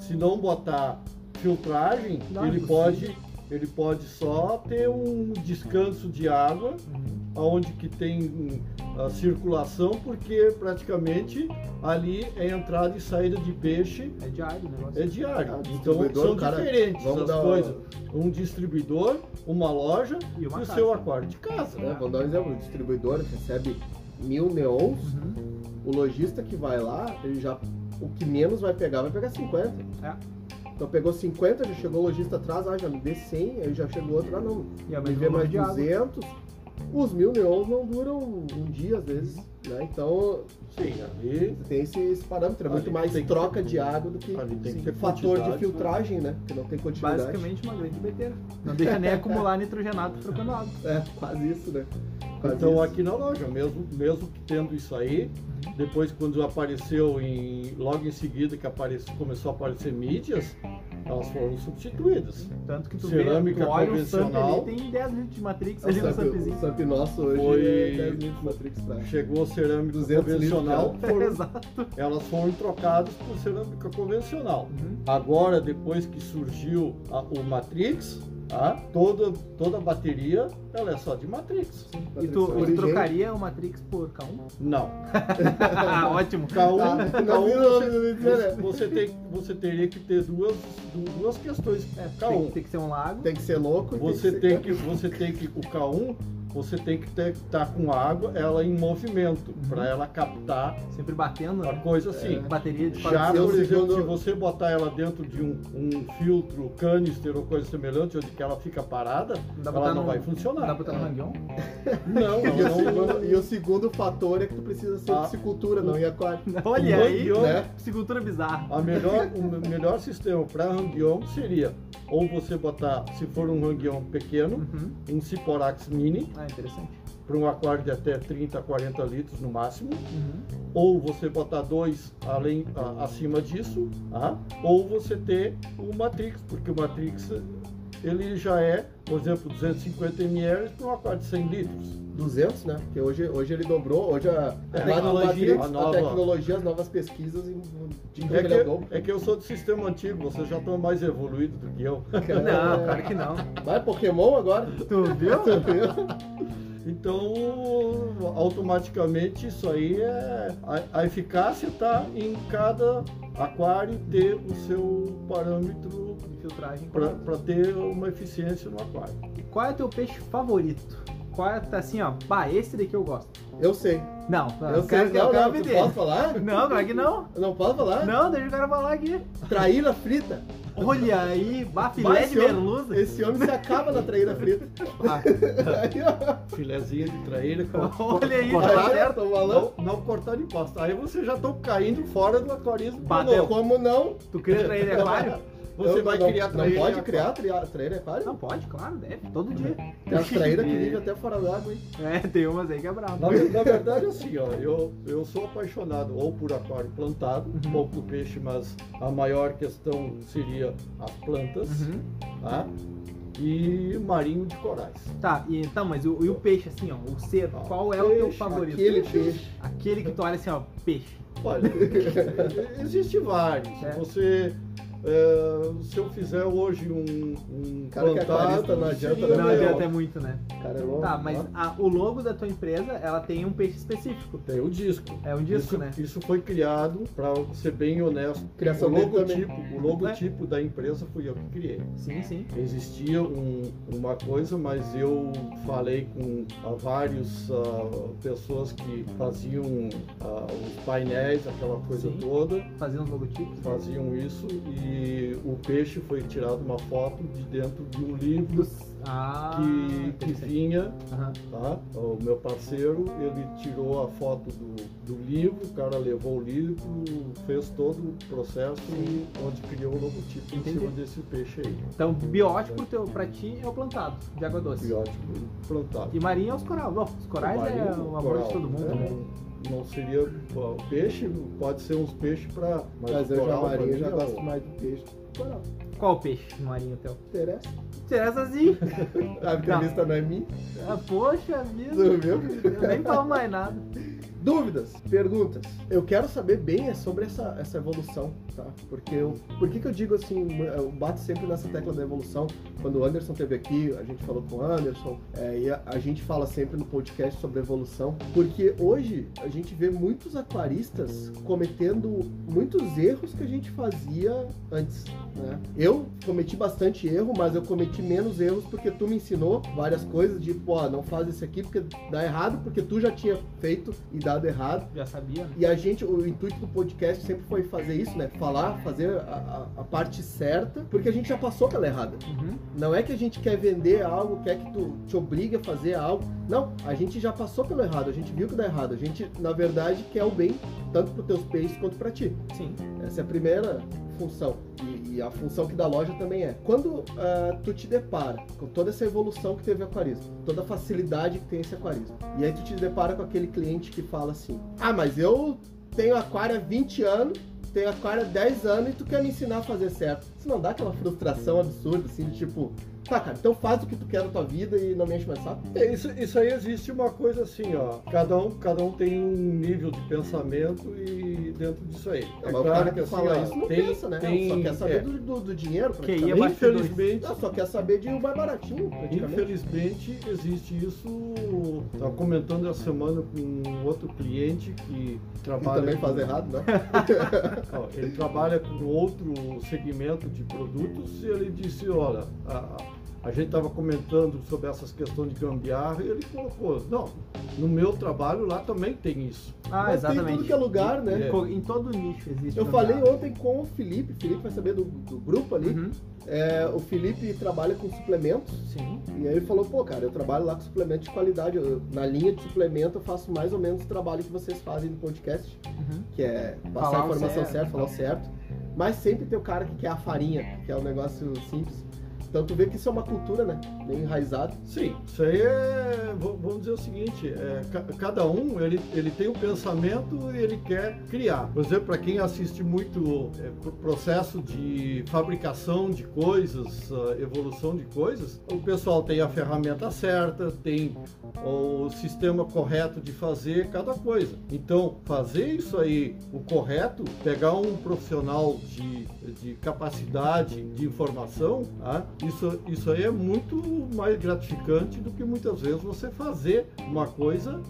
S3: se não botar filtragem,
S1: Não,
S3: ele,
S1: impossível.
S3: pode, ele pode só ter um descanso de água
S1: Uhum.
S3: aonde que tem a circulação, porque praticamente ali é entrada e saída de peixe
S1: É diário o negócio.
S3: é diário.
S2: Ah,
S3: então
S2: distribuidor,
S3: são
S2: cara,
S3: diferentes
S2: vamos
S3: as
S2: dar-
S3: coisas. Um distribuidor, uma loja
S1: E
S3: e
S1: uma
S3: o
S1: casa.
S3: seu aquário de casa.
S2: Né? Vou dar um exemplo, o distribuidor recebe mil neons,
S1: Uhum.
S2: o lojista que vai lá, ele já. O que menos vai pegar, vai pegar 50.
S1: É.
S2: Então pegou 50, já chegou o lojista atrás, ah, já me dê 100, aí já chegou outro, ah não,
S1: E a
S2: me
S1: mesma
S2: vê mais
S1: mais de água.
S2: 200. Os mil neons não duram um dia, às vezes, né? Então,
S3: Sim, ali,
S2: tem esse, esse parâmetro. É muito
S3: Ali
S2: mais
S3: tem que
S2: troca
S3: ter-
S2: de água do que
S3: ali tem que
S2: sim,
S3: ter
S2: fator de
S3: quantidade,
S2: filtragem, né? Porque não tem quantidade.
S1: Basicamente uma grande beteira. Não deixa nem acumular nitrogenato trocando água.
S2: É, quase isso, né? Quase
S3: Então
S2: isso.
S3: aqui na loja, mesmo, mesmo que tendo isso aí, depois quando apareceu em. logo em seguida que apareceu, começou a aparecer mídias, elas foram substituídas.
S1: Tanto que tu
S3: Cerâmica
S1: vê, tu olha
S3: convencional.
S1: o Samp ali, tem 10 litros de Matrix
S2: o
S1: ali no
S2: SAMP, o
S1: Sampzinho.
S2: SAMP nosso hoje
S3: Foi- Tá,
S2: é 10 litros Matrix pra
S3: Chegou a cerâmica
S2: 200 litros,
S3: convencional, foram-
S1: Exato.
S3: elas foram trocadas por cerâmica convencional.
S1: Uhum.
S3: Agora, depois que surgiu a- o Matrix, tá? toda, toda a bateria ela é só de Matrix.
S1: E tu, tu trocaria o Matrix por K1?
S3: Não.
S1: Ah, um Ótimo.
S3: K1,
S2: Tá. né,
S3: K1
S2: Não,
S3: você-
S2: não me interessa.
S3: você, tem, você teria que ter duas, du- duas questões.
S1: É, tem,
S3: K1.
S1: que- tem que ser um lago.
S2: Tem que ser louco. e
S3: Você
S2: ser-
S3: tem que, você tem que o K1, você tem que estar com a água, ela em movimento,
S1: Uhum.
S3: para ela captar
S1: Sempre batendo,
S3: uma
S2: Tá
S1: né?
S3: coisa assim.
S1: Bateria de
S3: Já,
S2: Eu
S3: por exemplo,
S2: segundo-
S3: se você botar ela dentro de um, um filtro, canister ou coisa semelhante, onde que ela fica parada,
S1: dá pra
S3: ela
S1: botar
S3: não
S1: no-
S3: vai
S1: Dá pra
S3: funcionar.
S1: botar
S2: Ah.
S1: no Hangion?
S3: Não,
S2: E o,
S3: ela não,
S2: segundo, e o segundo fator é que tu precisa ser
S3: Ah.
S2: piscicultura, não ia aquário.
S1: Olha aí,
S3: Hangyong,
S2: né? Ah,
S1: psicultura bizarra.
S3: A melhor, o me- melhor sistema para Hangyong seria ou você botar, se for um Hangyong pequeno,
S1: Uhum.
S3: um Ciporax mini,
S1: Ah, interessante.
S3: para um aquário de até 30, 40 litros no máximo,
S1: Uhum.
S3: ou você botar dois além, a- acima disso, tá? ou você ter o Matrix, porque o Matrix ele já é, por exemplo, 250 ml para um aquário de 100 litros.
S2: 200, né? Porque hoje, hoje ele dobrou, hoje a,
S3: É,
S2: lá no
S3: tecnologia,
S2: Matrix,
S3: a
S2: a,
S3: nova-
S2: tecnologia, as novas pesquisas em de
S3: É
S2: que ele dobrou.
S3: que, é que eu sou do sistema antigo, vocês já estão mais evoluídos do que eu.
S2: Cara,
S1: Não, claro que não.
S2: Vai Pokémon agora?
S1: Tu viu?
S2: Tu viu?
S3: Então, automaticamente isso aí é. A, a eficácia está em cada aquário ter o seu parâmetro
S1: De filtragem.
S3: para ter uma eficiência no aquário.
S1: Qual é o teu peixe favorito? Qual é, tá assim, ó, bah, esse daqui eu gosto.
S2: Eu sei.
S1: Não,
S3: Tá.
S1: não,
S2: eu
S1: o cara
S2: sei.
S1: quer o
S2: Não,
S1: cara
S2: não, tu
S1: vender.
S2: posso falar?
S1: Não, claro que não.
S2: Eu Não posso falar?
S1: Não, deixa o cara falar aqui.
S2: Traíra frita.
S1: Olha aí, bah,
S2: Vai,
S1: filé de
S2: esse homem-
S1: merluza.
S2: Esse homem se acaba na traíra frita. Aí, ó.
S3: Filezinho de traíra. co-
S1: Olha aí,
S3: Cortar.
S1: tá
S2: Aí,
S1: certo.
S2: tô
S3: Não,
S2: falando.
S3: não cortar de pasta. Aí vocês já estão caindo fora do aquarismo. de
S1: Bateu.
S3: novo.
S2: Como não?
S1: Tu cria traíra em aquário?
S3: Você
S2: Eu-
S3: vai
S2: não,
S3: criar
S2: Não
S3: traíra.
S2: pode criar né? traíra, traíra aquário?
S1: Não, pode, claro, deve, todo dia.
S2: Tem as traíras que vivem até fora d'água, hein?
S1: É, tem umas aí que é brabo.
S3: Na, ver- na verdade, assim, ó, eu, eu sou apaixonado ou por aquário plantado, ou por peixe, mas a maior questão seria as plantas,
S1: Uhum.
S3: tá? E marinho de corais.
S1: Tá, e, então, mas o, e o peixe, assim, ó, o cerdo, qual é o teu
S3: Peixe,
S1: favorito?
S2: Aquele peixe.
S1: Aquele que tu olha assim, ó, peixe.
S3: Olha, existe vários.
S1: É.
S3: Você, é, se eu fizer hoje um, um
S2: Cara que é aquarista,
S3: plantado,
S2: não adianta,
S3: seria
S2: né?
S1: Não
S3: melhor.
S1: adianta é muito, né?
S2: Cara, é louco.
S1: Tá, mas a- o logo da tua empresa, ela tem um peixe específico.
S3: Tem o disco.
S1: É um disco,
S3: isso,
S1: né?
S3: isso foi criado, para ser bem honesto,
S2: Criação
S3: o
S2: dele
S3: logotipo, o logotipo
S1: Né?
S3: da empresa fui eu que criei.
S1: Sim, sim.
S3: existia um- uma coisa, mas eu falei com ah, várias ah, pessoas que faziam ah, os painéis, aquela coisa
S1: Sim.
S3: toda,
S1: Fazer uns logotipos.
S3: faziam isso e o peixe foi tirado uma foto de dentro de um livro
S1: Dos- Ah,
S3: que, que
S1: interessante.
S3: vinha,
S1: Aham.
S3: tá? O meu parceiro, ele tirou a foto do, do livro, o cara levou o livro, fez todo o processo e onde criou o logotipo
S1: Entendi.
S3: em cima desse peixe aí.
S1: Então, biótipo teu, pra ti é o plantado, de água doce.
S3: Biótipo plantado.
S1: E marinho é os corais. Bom, os corais é
S3: Marinho,
S1: o amor
S3: coral,
S1: de todo mundo.
S3: né?
S1: né?
S3: Não seria ó, peixe, pode ser uns peixes para.
S2: Mas eu já marinho, já gosto mais do peixe. Coral,
S1: né? Qual o peixe marinho teu?
S2: interessa.
S1: Interessa sim.
S2: A entrevista não é minha.
S1: Ah, poxa vida.
S2: Tu viu?
S1: Eu nem falo mais nada.
S2: Dúvidas, perguntas. Eu quero saber bem é sobre essa, essa evolução, tá? Porque eu, por que, que eu digo assim, eu bato sempre nessa tecla da evolução. Quando o Anderson teve aqui, a gente falou com o Anderson, é, e a, a gente fala sempre no podcast sobre evolução, porque hoje a gente vê muitos aquaristas cometendo muitos erros que a gente fazia antes, né? Eu cometi bastante erro, mas eu cometi menos erros porque tu me ensinou várias coisas, de, pô, não faz isso aqui porque dá errado, porque tu já tinha feito e dá dado errado.
S1: Já sabia, né?
S2: E a gente, o intuito do podcast sempre foi fazer isso, né? Falar, fazer a, a- a parte certa, porque a gente já passou pela errada.
S1: Uhum.
S2: Não é que a gente quer vender algo, quer que tu te obrigue a fazer algo. Não, a gente já passou pelo errado, a gente viu que dá errado. A gente, na verdade, quer o bem, tanto pros teus peixes quanto pra ti.
S1: Sim.
S2: Essa é a primeira função. E, e a função que da loja também é. Quando ah, tu te depara com toda essa evolução que teve o aquarismo, toda a facilidade que tem esse aquarismo, e aí tu te depara com aquele cliente que fala assim: Ah, mas eu tenho aquário há 20 anos. tenho aquário há 10 anos e tu quer me ensinar a fazer certo. Isso não dá aquela frustração absurda, assim, de tipo, tá, cara, então faz o que tu quer na tua vida e não me enche mais saco?
S3: É, Isso, isso aí existe uma coisa assim, ó. Cada um, cada um tem um nível de pensamento e dentro disso aí.
S1: É
S2: Não, mas o cara É
S3: assim,
S2: que fala isso não pensa, né? só quer saber
S3: é,
S2: do, do, do dinheiro,
S1: Que é
S2: praticamente.
S1: ia
S3: também,
S1: abaixo de dois.
S3: infelizmente,
S2: Não, só quer saber de um mais baratinho, praticamente.
S3: Infelizmente existe isso. Estava comentando essa semana com um outro cliente que
S2: E
S3: trabalha.
S2: também
S3: com-
S2: faz errado, né?
S3: Ó, Ele trabalha com outro segmento de produtos e ele disse, olha, a, a gente estava comentando sobre essas questões de gambiarra e ele colocou, não, no meu trabalho lá também tem isso.
S1: Ah,
S2: Mas
S1: exatamente.
S2: Tem tudo que é lugar, né?
S3: É.
S1: Co- Em todo nicho existe. um
S2: Eu
S1: gambiarra.
S2: falei ontem com o Felipe, Felipe vai saber do, do grupo ali.
S1: Uhum.
S2: É, o Felipe trabalha com suplementos.
S1: Sim.
S2: E aí ele falou, pô, cara, eu trabalho lá com suplemento de qualidade. Eu- na linha de suplemento eu faço mais ou menos o trabalho que vocês fazem no podcast,
S1: Uhum.
S2: que é passar
S1: Falar
S2: a
S1: o
S2: informação
S1: certo.
S2: certa, falar o certo. Mas sempre tem o cara que quer a farinha, que é um negócio simples. Então tu vê que isso é uma cultura, né? Meio enraizada.
S3: Sim, isso aí é, v- vamos dizer o seguinte, é, ca- cada um ele, ele tem um pensamento e ele quer criar. Por exemplo, para quem assiste muito é, pro- processo de fabricação de coisas, ah, evolução de coisas, o pessoal tem a ferramenta certa, tem o sistema correto de fazer cada coisa. Então, fazer isso aí, o correto, pegar um profissional de, de capacidade, de informação, tá? isso, isso aí é muito mais gratificante do que muitas vezes você fazer uma coisa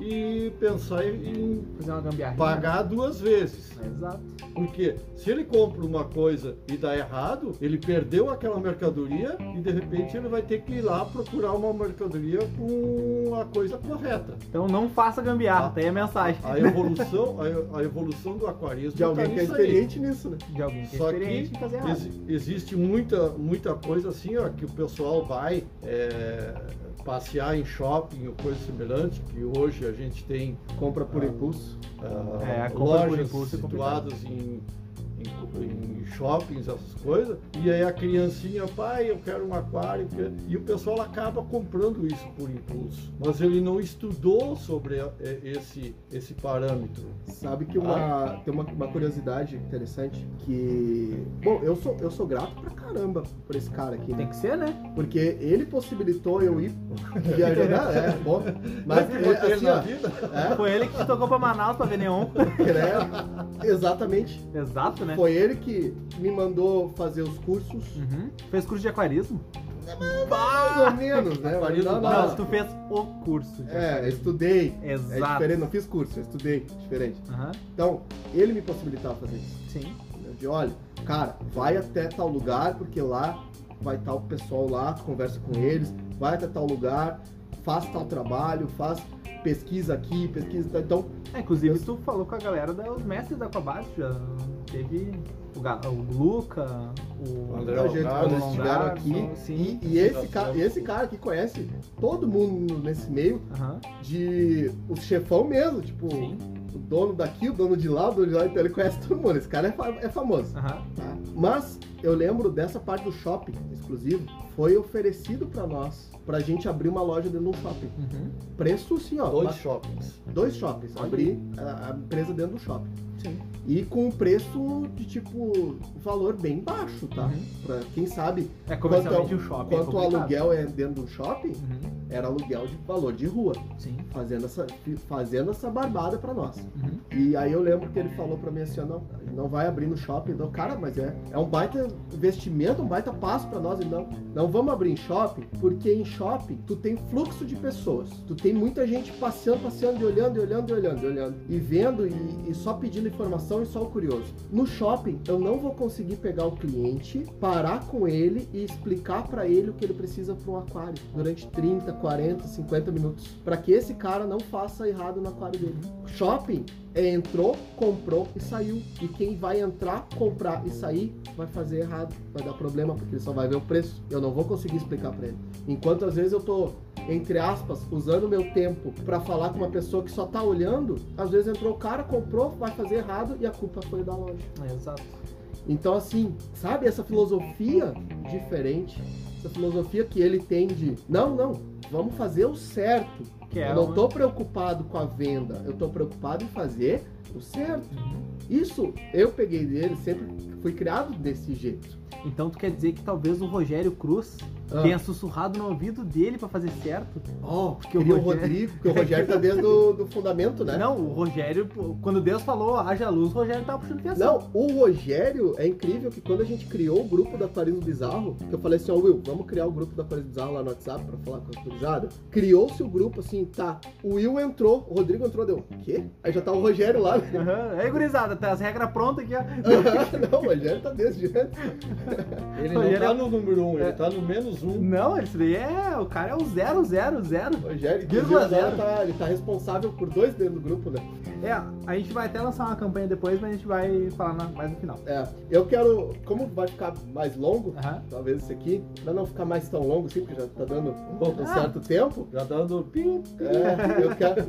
S3: e pensar em
S1: Fazer uma gambiarra.
S3: pagar duas vezes.
S1: Exato.
S3: Porque se ele compra uma coisa e dá errado, ele perdeu aquela mercadoria e de repente ele vai ter que ir lá procurar uma mercadoria com a coisa correta.
S1: Então não faça gambiarra,
S3: Ah.
S1: tá aí a mensagem
S3: A evolução, a, a evolução do aquarismo
S2: De alguém
S3: tá
S2: que é
S3: nisso aí.
S2: experiente nisso, né?
S1: de alguém que é
S3: Só que
S1: experiente em fazer errado.
S3: Exi- existe muita, muita coisa assim, ó, que o pessoal vai é, passear em shopping ou coisa semelhante, que hoje a gente tem
S2: Compra por
S3: Ah.
S2: impulso.
S3: ah,
S1: É, a compra por
S3: lojas
S1: impulso é complicado.
S3: situadas em, em- em shoppings, essas coisas, e aí a criancinha, pai, eu quero um aquário, que- e o pessoal acaba comprando isso por impulso, mas ele não estudou sobre eh, esse, esse parâmetro.
S2: Sabe que uma,
S1: Ah.
S2: tem uma, uma curiosidade interessante que. Bom, eu sou, eu sou grato pra caramba por esse cara aqui,
S1: Tem
S2: né?
S1: que ser, né?
S2: Porque ele possibilitou eu ir viajar. Não, é, bom. Mas
S3: Eu
S2: é,
S3: botei
S2: assim,
S3: na
S2: ó,
S3: vida.
S2: é,
S1: Foi ele que te tocou pra Manaus pra ver Neon.
S2: né? Exatamente.
S1: Exato, né?
S2: Foi ele que me mandou fazer os cursos.
S1: Uhum. Fez curso de aquarismo?
S2: Mais ou menos, né? Mas
S3: Marido
S2: não,
S3: do
S1: Não,
S2: não.
S3: Paulo.
S1: tu fez o curso. de
S2: É, eu
S1: aquarismo.
S2: estudei. É
S1: Exato.
S2: diferente, não fiz curso, eu estudei, diferente.
S1: Aham,
S2: Então, ele me possibilitava fazer isso.
S1: Sim.
S2: né, de olha, cara, vai até tal lugar, porque lá vai tal pessoal lá, tu conversa com eles, vai até tal lugar, faz tal trabalho, faz pesquisa aqui, pesquisa tal. Então,
S1: É, inclusive, tu falou com a galera dos mestres da Aquabase, já teve o, Ga- o Luca, o
S3: O André
S2: muita gente,
S3: Algar,
S2: Então, quando eles
S3: Algar,
S2: estiveram
S1: Algarson,
S2: aqui.
S1: Sim.
S2: E, e esse, cara, esse cara aqui conhece todo mundo nesse meio
S1: Aham,
S2: de o chefão mesmo, tipo,
S1: Sim.
S2: o dono daqui, o dono de lá, o dono de lá, então ele conhece todo mundo. Esse cara é, fa- é famoso.
S1: Aham.
S2: tá? Mas eu lembro dessa parte do shopping exclusivo, foi oferecido pra nós, pra gente abrir uma loja dentro de um shopping.
S1: Uhum.
S2: Preço assim, ó,
S3: Dois
S2: ba-
S3: shoppings.
S2: dois shoppings,
S1: Olha
S2: abrir a, a empresa dentro do shopping.
S1: Sim.
S2: E com um preço de tipo, valor bem baixo, tá?
S1: Uhum.
S2: Pra quem sabe
S1: É comercialmente
S2: Quanto
S1: o shopping. é
S2: quanto o
S1: complicado.
S2: aluguel é dentro do shopping,
S1: Uhum.
S2: era aluguel de valor de rua,
S1: Sim.
S2: fazendo essa, fazendo essa barbada pra nós.
S1: Uhum.
S2: E aí eu lembro que ele falou pra mim assim, ó, não, não vai abrir no shopping. Então, cara, mas é, é um baita investimento, um baita passo pra nós. Ele, Não, não vamos abrir em shopping, porque em shopping tu tem fluxo de pessoas. Tu tem muita gente passeando, passeando, e olhando, e olhando, e olhando, e olhando. E vendo e, e só pedindo informação, informação e só o curioso. No shopping, eu não vou conseguir pegar o cliente, parar com ele e explicar pra ele o que ele precisa para um aquário durante 30, 40, 50 minutos, Pra que esse cara não faça errado no aquário dele. Shopping é entrou, comprou e saiu. E quem vai entrar, comprar e sair vai fazer errado, vai dar problema porque ele só vai ver o preço. Eu não vou conseguir explicar pra ele. Enquanto às vezes eu tô entre aspas, usando meu tempo pra falar com uma pessoa que só tá olhando, às vezes entrou o cara, comprou, vai fazer errado e a culpa foi da loja.
S1: É, exato.
S2: Então, assim, sabe essa filosofia diferente, essa filosofia que ele tem de não, não, vamos fazer o certo.
S1: Que é
S2: Eu não
S1: um-
S2: tô preocupado com a venda, eu tô preocupado em fazer o certo.
S1: Uhum.
S2: Isso eu peguei dele, sempre fui criado desse jeito.
S1: Então tu quer dizer que talvez o Rogério Cruz
S2: Ah.
S1: tenha sussurrado no ouvido dele pra fazer certo?
S2: Ó,
S1: Porque o
S2: queria o
S1: Rogério-
S2: Rodrigo, porque o Rogério tá desde o do fundamento, né?
S1: Não, o Rogério, pô, quando Deus falou, haja luz, o Rogério tava puxando atenção.
S2: Não, o Rogério é incrível que quando a gente criou o grupo do Aquarismo Bizarro, que eu falei assim, ó, Will, vamos criar o grupo do Aquarismo Bizarro lá no WhatsApp pra falar com a autorizada. Criou-se o grupo assim, tá. O Will entrou, o Rodrigo entrou, deu. Quê? Aí já tá o Rogério lá. né?
S1: Aham. Aí, gurizada, tá as regras prontas aqui, ó.
S2: Não, o Rogério tá desde antes.
S3: Ele não
S1: Olha,
S3: tá
S1: ele-
S3: no número um,
S1: é.
S3: ele tá no menos um.
S1: Não, esse daí é. O cara é o zero, zero, zero.
S2: O Rogério, inclusive,
S1: Vírgula
S2: agora
S1: zero.
S2: tá, ele tá responsável por dois dentro do grupo, né?
S1: É, a gente vai até lançar uma campanha depois, mas a gente vai falar na- mais no final.
S2: É, eu quero, como vai ficar mais longo,
S1: Aham.
S2: talvez esse aqui, pra não ficar mais tão longo assim, porque já tá dando um
S1: Ah.
S2: certo tempo,
S3: Já dando pi.
S2: É, eu quero.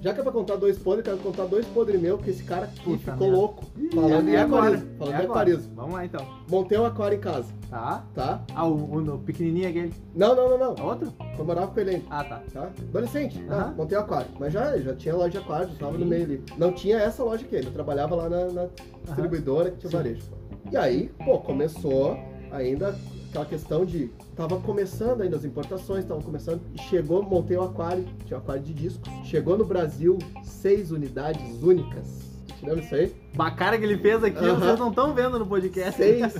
S2: Já que é pra contar dois podres, eu quero contar dois podres meu, que esse cara aqui
S1: Puta
S2: ficou
S1: merda.
S2: louco. Falando em
S1: é agora.
S2: aquarismo.
S1: é
S2: Falando em
S1: agora.
S2: aquarismo.
S1: Vamos lá então.
S2: Montei um aquário em casa,
S1: Tá?
S2: tá?
S1: Ah, o, o- o pequenininho aquele.
S2: Não, não, não, não.
S1: É outro?
S2: Eu morava com ele ainda,
S1: Ah, tá.
S2: tá? Adolescente, tá?
S1: Aham.
S2: Montei um aquário. Mas já, já tinha loja de aquário, já tava no
S1: Sim.
S2: meio ali. Não tinha essa loja aqui, ainda. eu trabalhava lá na, na distribuidora que tinha
S1: Sim.
S2: varejo. E aí, pô, começou ainda aquela questão de. Tava começando ainda as importações, tava começando. E chegou, montei o aquário, tinha um aquário de discos. Chegou no Brasil seis unidades únicas. Tiramos isso aí?
S1: Bacara que ele fez aqui,
S2: Aham.
S1: vocês não estão vendo no podcast.
S2: Seis.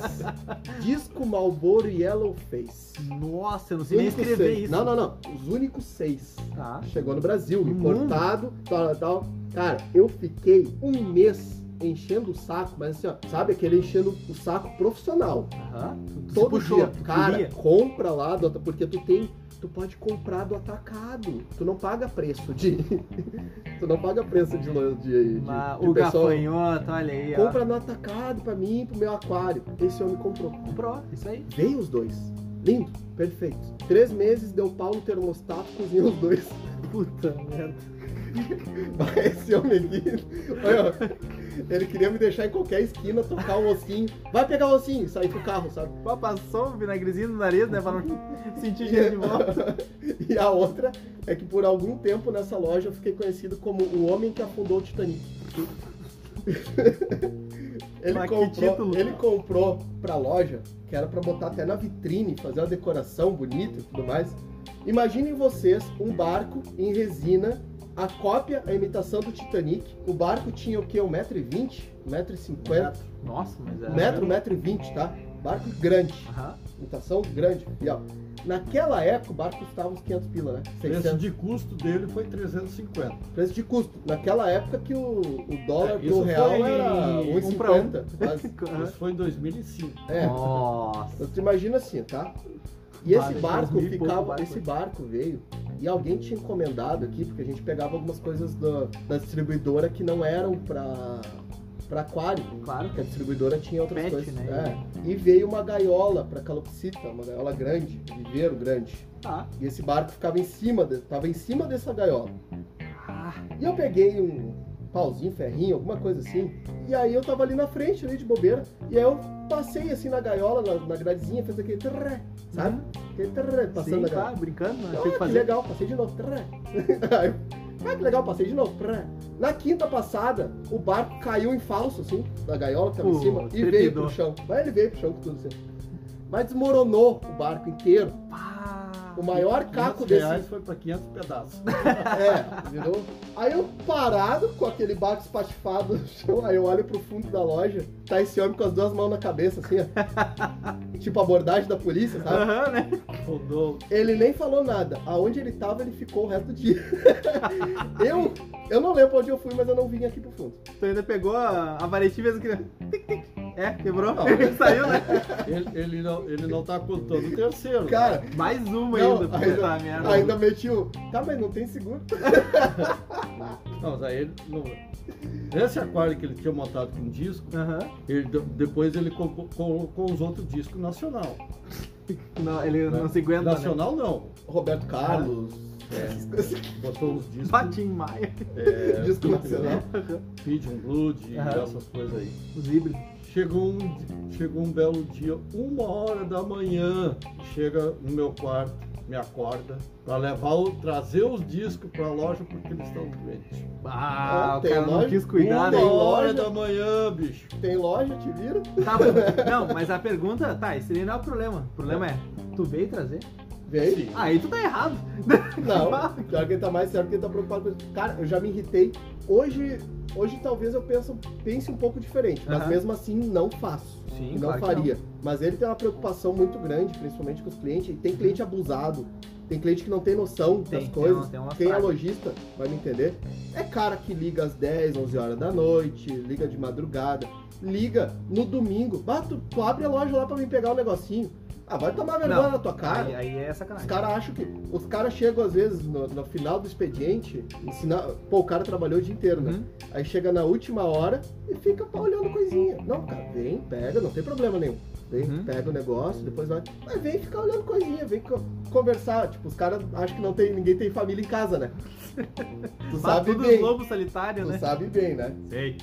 S2: Disco Malboro Yellow Face.
S1: Nossa, eu não sei nem
S2: Únicos
S1: escrever
S2: seis.
S1: isso.
S2: Não, não, não. Os únicos seis.
S1: Tá.
S2: Chegou no Brasil,
S1: No
S2: importado, tal, tal. Cara, eu fiquei um mês enchendo o saco, mas assim, ó, sabe aquele enchendo o saco profissional.
S1: Aham. Tu- tu se
S2: Todo
S1: puxou.
S2: dia,
S1: tu
S2: cara,
S1: queria.
S2: compra lá, do, porque tu tem, tu pode comprar do atacado. Tu não paga preço de, tu não paga preço de, lo- de, de,
S1: Mas
S2: de
S1: o
S2: pessoal.
S1: gafanhoto, olha aí, ó.
S2: Compra no atacado pra mim, pro meu aquário. Esse homem comprou.
S1: Comprou, isso aí.
S2: Veio os dois. Lindo, perfeito. Três meses deu pau no termostato, cozinhou os dois.
S1: Puta merda.
S2: Esse homem aqui. Olha, ó, ele queria me deixar em qualquer esquina, tocar o ossinho. Vai pegar o ossinho e sair pro carro, sabe?
S1: Pô, passou o vinagrezinho no nariz, né? Pra não sentir cheiro de volta.
S2: E a outra é que por algum tempo nessa loja eu fiquei conhecido como o homem que afundou o Titanic. ele,
S1: Mas que
S2: comprou,
S1: título.
S2: ele comprou pra loja, que era pra botar até na vitrine, fazer uma decoração bonita e tudo mais. Imaginem vocês um barco em resina, a cópia, a imitação do Titanic. O barco tinha o quê? 1,20m? 1,50m?
S1: Nossa, mas é.
S2: Metro, metro e vinte, tá? Barco grande,
S1: Aham.
S2: imitação grande. E ó, naquela época o barco custava uns 500 pila, né?
S3: O preço
S2: 600.
S3: de custo dele foi 350.
S2: Preço de custo. Naquela época que o, o dólar
S3: É,
S2: pro
S3: isso
S2: real
S3: foi
S2: era
S3: um
S2: 1,50.
S1: pra um.
S2: quase.
S3: Isso foi em 2005.
S2: É,
S1: Nossa.
S2: então tu imagina assim, tá? E esse
S1: Vale
S2: barco
S1: 3.000 e pouco
S2: ficava,
S1: barco,
S2: esse
S1: hein?
S2: barco veio e alguém tinha encomendado aqui, porque a gente pegava algumas coisas da, da distribuidora que não eram pra, pra aquário.
S1: Claro.
S2: Porque a distribuidora tinha outras
S1: Pet,
S2: coisas.
S1: né?
S2: É. E veio uma gaiola pra calopsita, uma gaiola grande, um viveiro grande.
S1: Tá.
S2: E esse barco ficava em cima, de, tava em cima dessa gaiola.
S1: Ah,
S2: E eu peguei um pauzinho, ferrinho, alguma coisa assim. E aí eu tava ali na frente, ali de bobeira. E aí eu passei assim na gaiola, na, na gradezinha, fez aquele trrr, sabe? Aquele trrr, passando
S1: Sim,
S2: na
S1: tá,
S2: gaiola.
S1: brincando, né?
S2: Ah,
S1: Tem que
S2: que
S1: fazer.
S2: legal, passei de novo. trrr. Aí eu, ah, que legal, passei de novo. trrr. Na quinta passada, o barco caiu em falso, assim, da gaiola que tava em
S1: Pô,
S2: cima, e veio
S1: trepidou.
S2: pro chão. Mas ele veio pro chão com tudo assim. Mas desmoronou o barco inteiro.
S1: Pá.
S2: O maior caco
S3: 500
S2: desse.
S3: reais foi para 500 pedaços.
S2: É, virou. Aí eu parado com aquele barco espatifado no chão, aí eu olho pro fundo da loja, tá esse homem com as duas mãos na cabeça, assim, ó. tipo abordagem da polícia, sabe?
S1: Aham, né?
S3: Rodou.
S2: Ele nem falou nada. Aonde ele tava, ele ficou o resto do dia. eu, eu não lembro onde eu fui, mas eu não vim aqui pro fundo.
S1: Tu Então ainda pegou a, a varetinha mesmo que. tic, tic. É, quebrou?
S3: Não.
S1: Saiu, né?
S3: Ele, ele não, ele não tá contando o terceiro.
S2: Cara,
S1: Mais uma
S2: Não,
S1: ainda pra
S2: ainda-
S1: botar a merda.
S2: ainda meti o. Tá, mas não tem seguro.
S3: Não, mas aí ele não- Esse aquário que ele tinha montado com disco,
S1: Aham.
S3: ele de- depois ele compo- colocou os outros discos nacional.
S1: Não, ele não, se aguenta. Né?
S3: Nacional não.
S2: Roberto Carlos. essas coisas.
S3: Botou os discos.
S1: Patim Maia,
S3: É, né?
S2: Disco
S3: Pigeon-
S2: nacional.
S3: Pigeon Blood,
S1: Aham.
S3: essas coisas aí.
S1: os híbridos.
S3: Chegou um, di- chegou um belo dia, uma hora da manhã, chega no meu quarto, me acorda, pra levar o, trazer os discos pra loja porque eles estão doentes.
S1: Ah,
S2: Ah,
S1: o
S2: tem
S1: cara não
S2: loja.
S1: quis cuidar, né?
S3: uma hora
S2: loja.
S3: da manhã, bicho.
S2: Tem loja, te vira?
S1: Tá, mas- não, mas a pergunta, tá, esse nem não é o problema. O problema é, tu veio trazer?
S2: Vem.
S3: Sim.
S1: Aí tu tá errado.
S2: Não, pior que ele tá mais certo que ele tá preocupado com isso. Cara, eu já me irritei. Hoje, hoje talvez eu penso, pense um pouco diferente, mas
S1: Aham.
S2: mesmo assim não faço.
S1: Sim,
S2: não
S1: claro que
S2: faria. Mas ele tem uma preocupação muito grande, principalmente com os clientes. E tem cliente abusado, tem cliente que não tem noção
S1: Tem,
S2: das
S1: tem
S2: coisas.
S1: uma- tem uma
S2: Quem é
S1: frase.
S2: lojista vai me entender. É cara que liga às 10, 11 horas da noite, liga de madrugada, liga no domingo. Bah, tu, tu abre a loja lá pra me pegar o negocinho. Ah, vai tomar vergonha
S1: Não,
S2: na tua cara.
S1: Aí, aí é
S2: Os
S1: sacanagem.
S2: caras acham que. Os caras chegam, às vezes, no, no final do expediente, ensinar. Pô, o cara trabalhou o dia inteiro, né?
S1: Uhum.
S2: Aí chega na última hora e fica pá, olhando coisinha. Não, cara, vem, pega, não tem problema nenhum. Vem,
S1: Uhum.
S2: pega o negócio, depois vai. Mas vem ficar olhando coisinha, vem co- conversar. Tipo, os caras acham que não tem, ninguém tem família em casa, né? Tu
S1: Mas
S2: sabe
S1: tudo
S2: bem.
S1: lobo solitário,
S2: Tu
S1: né?
S2: sabe bem, né?
S1: Sei.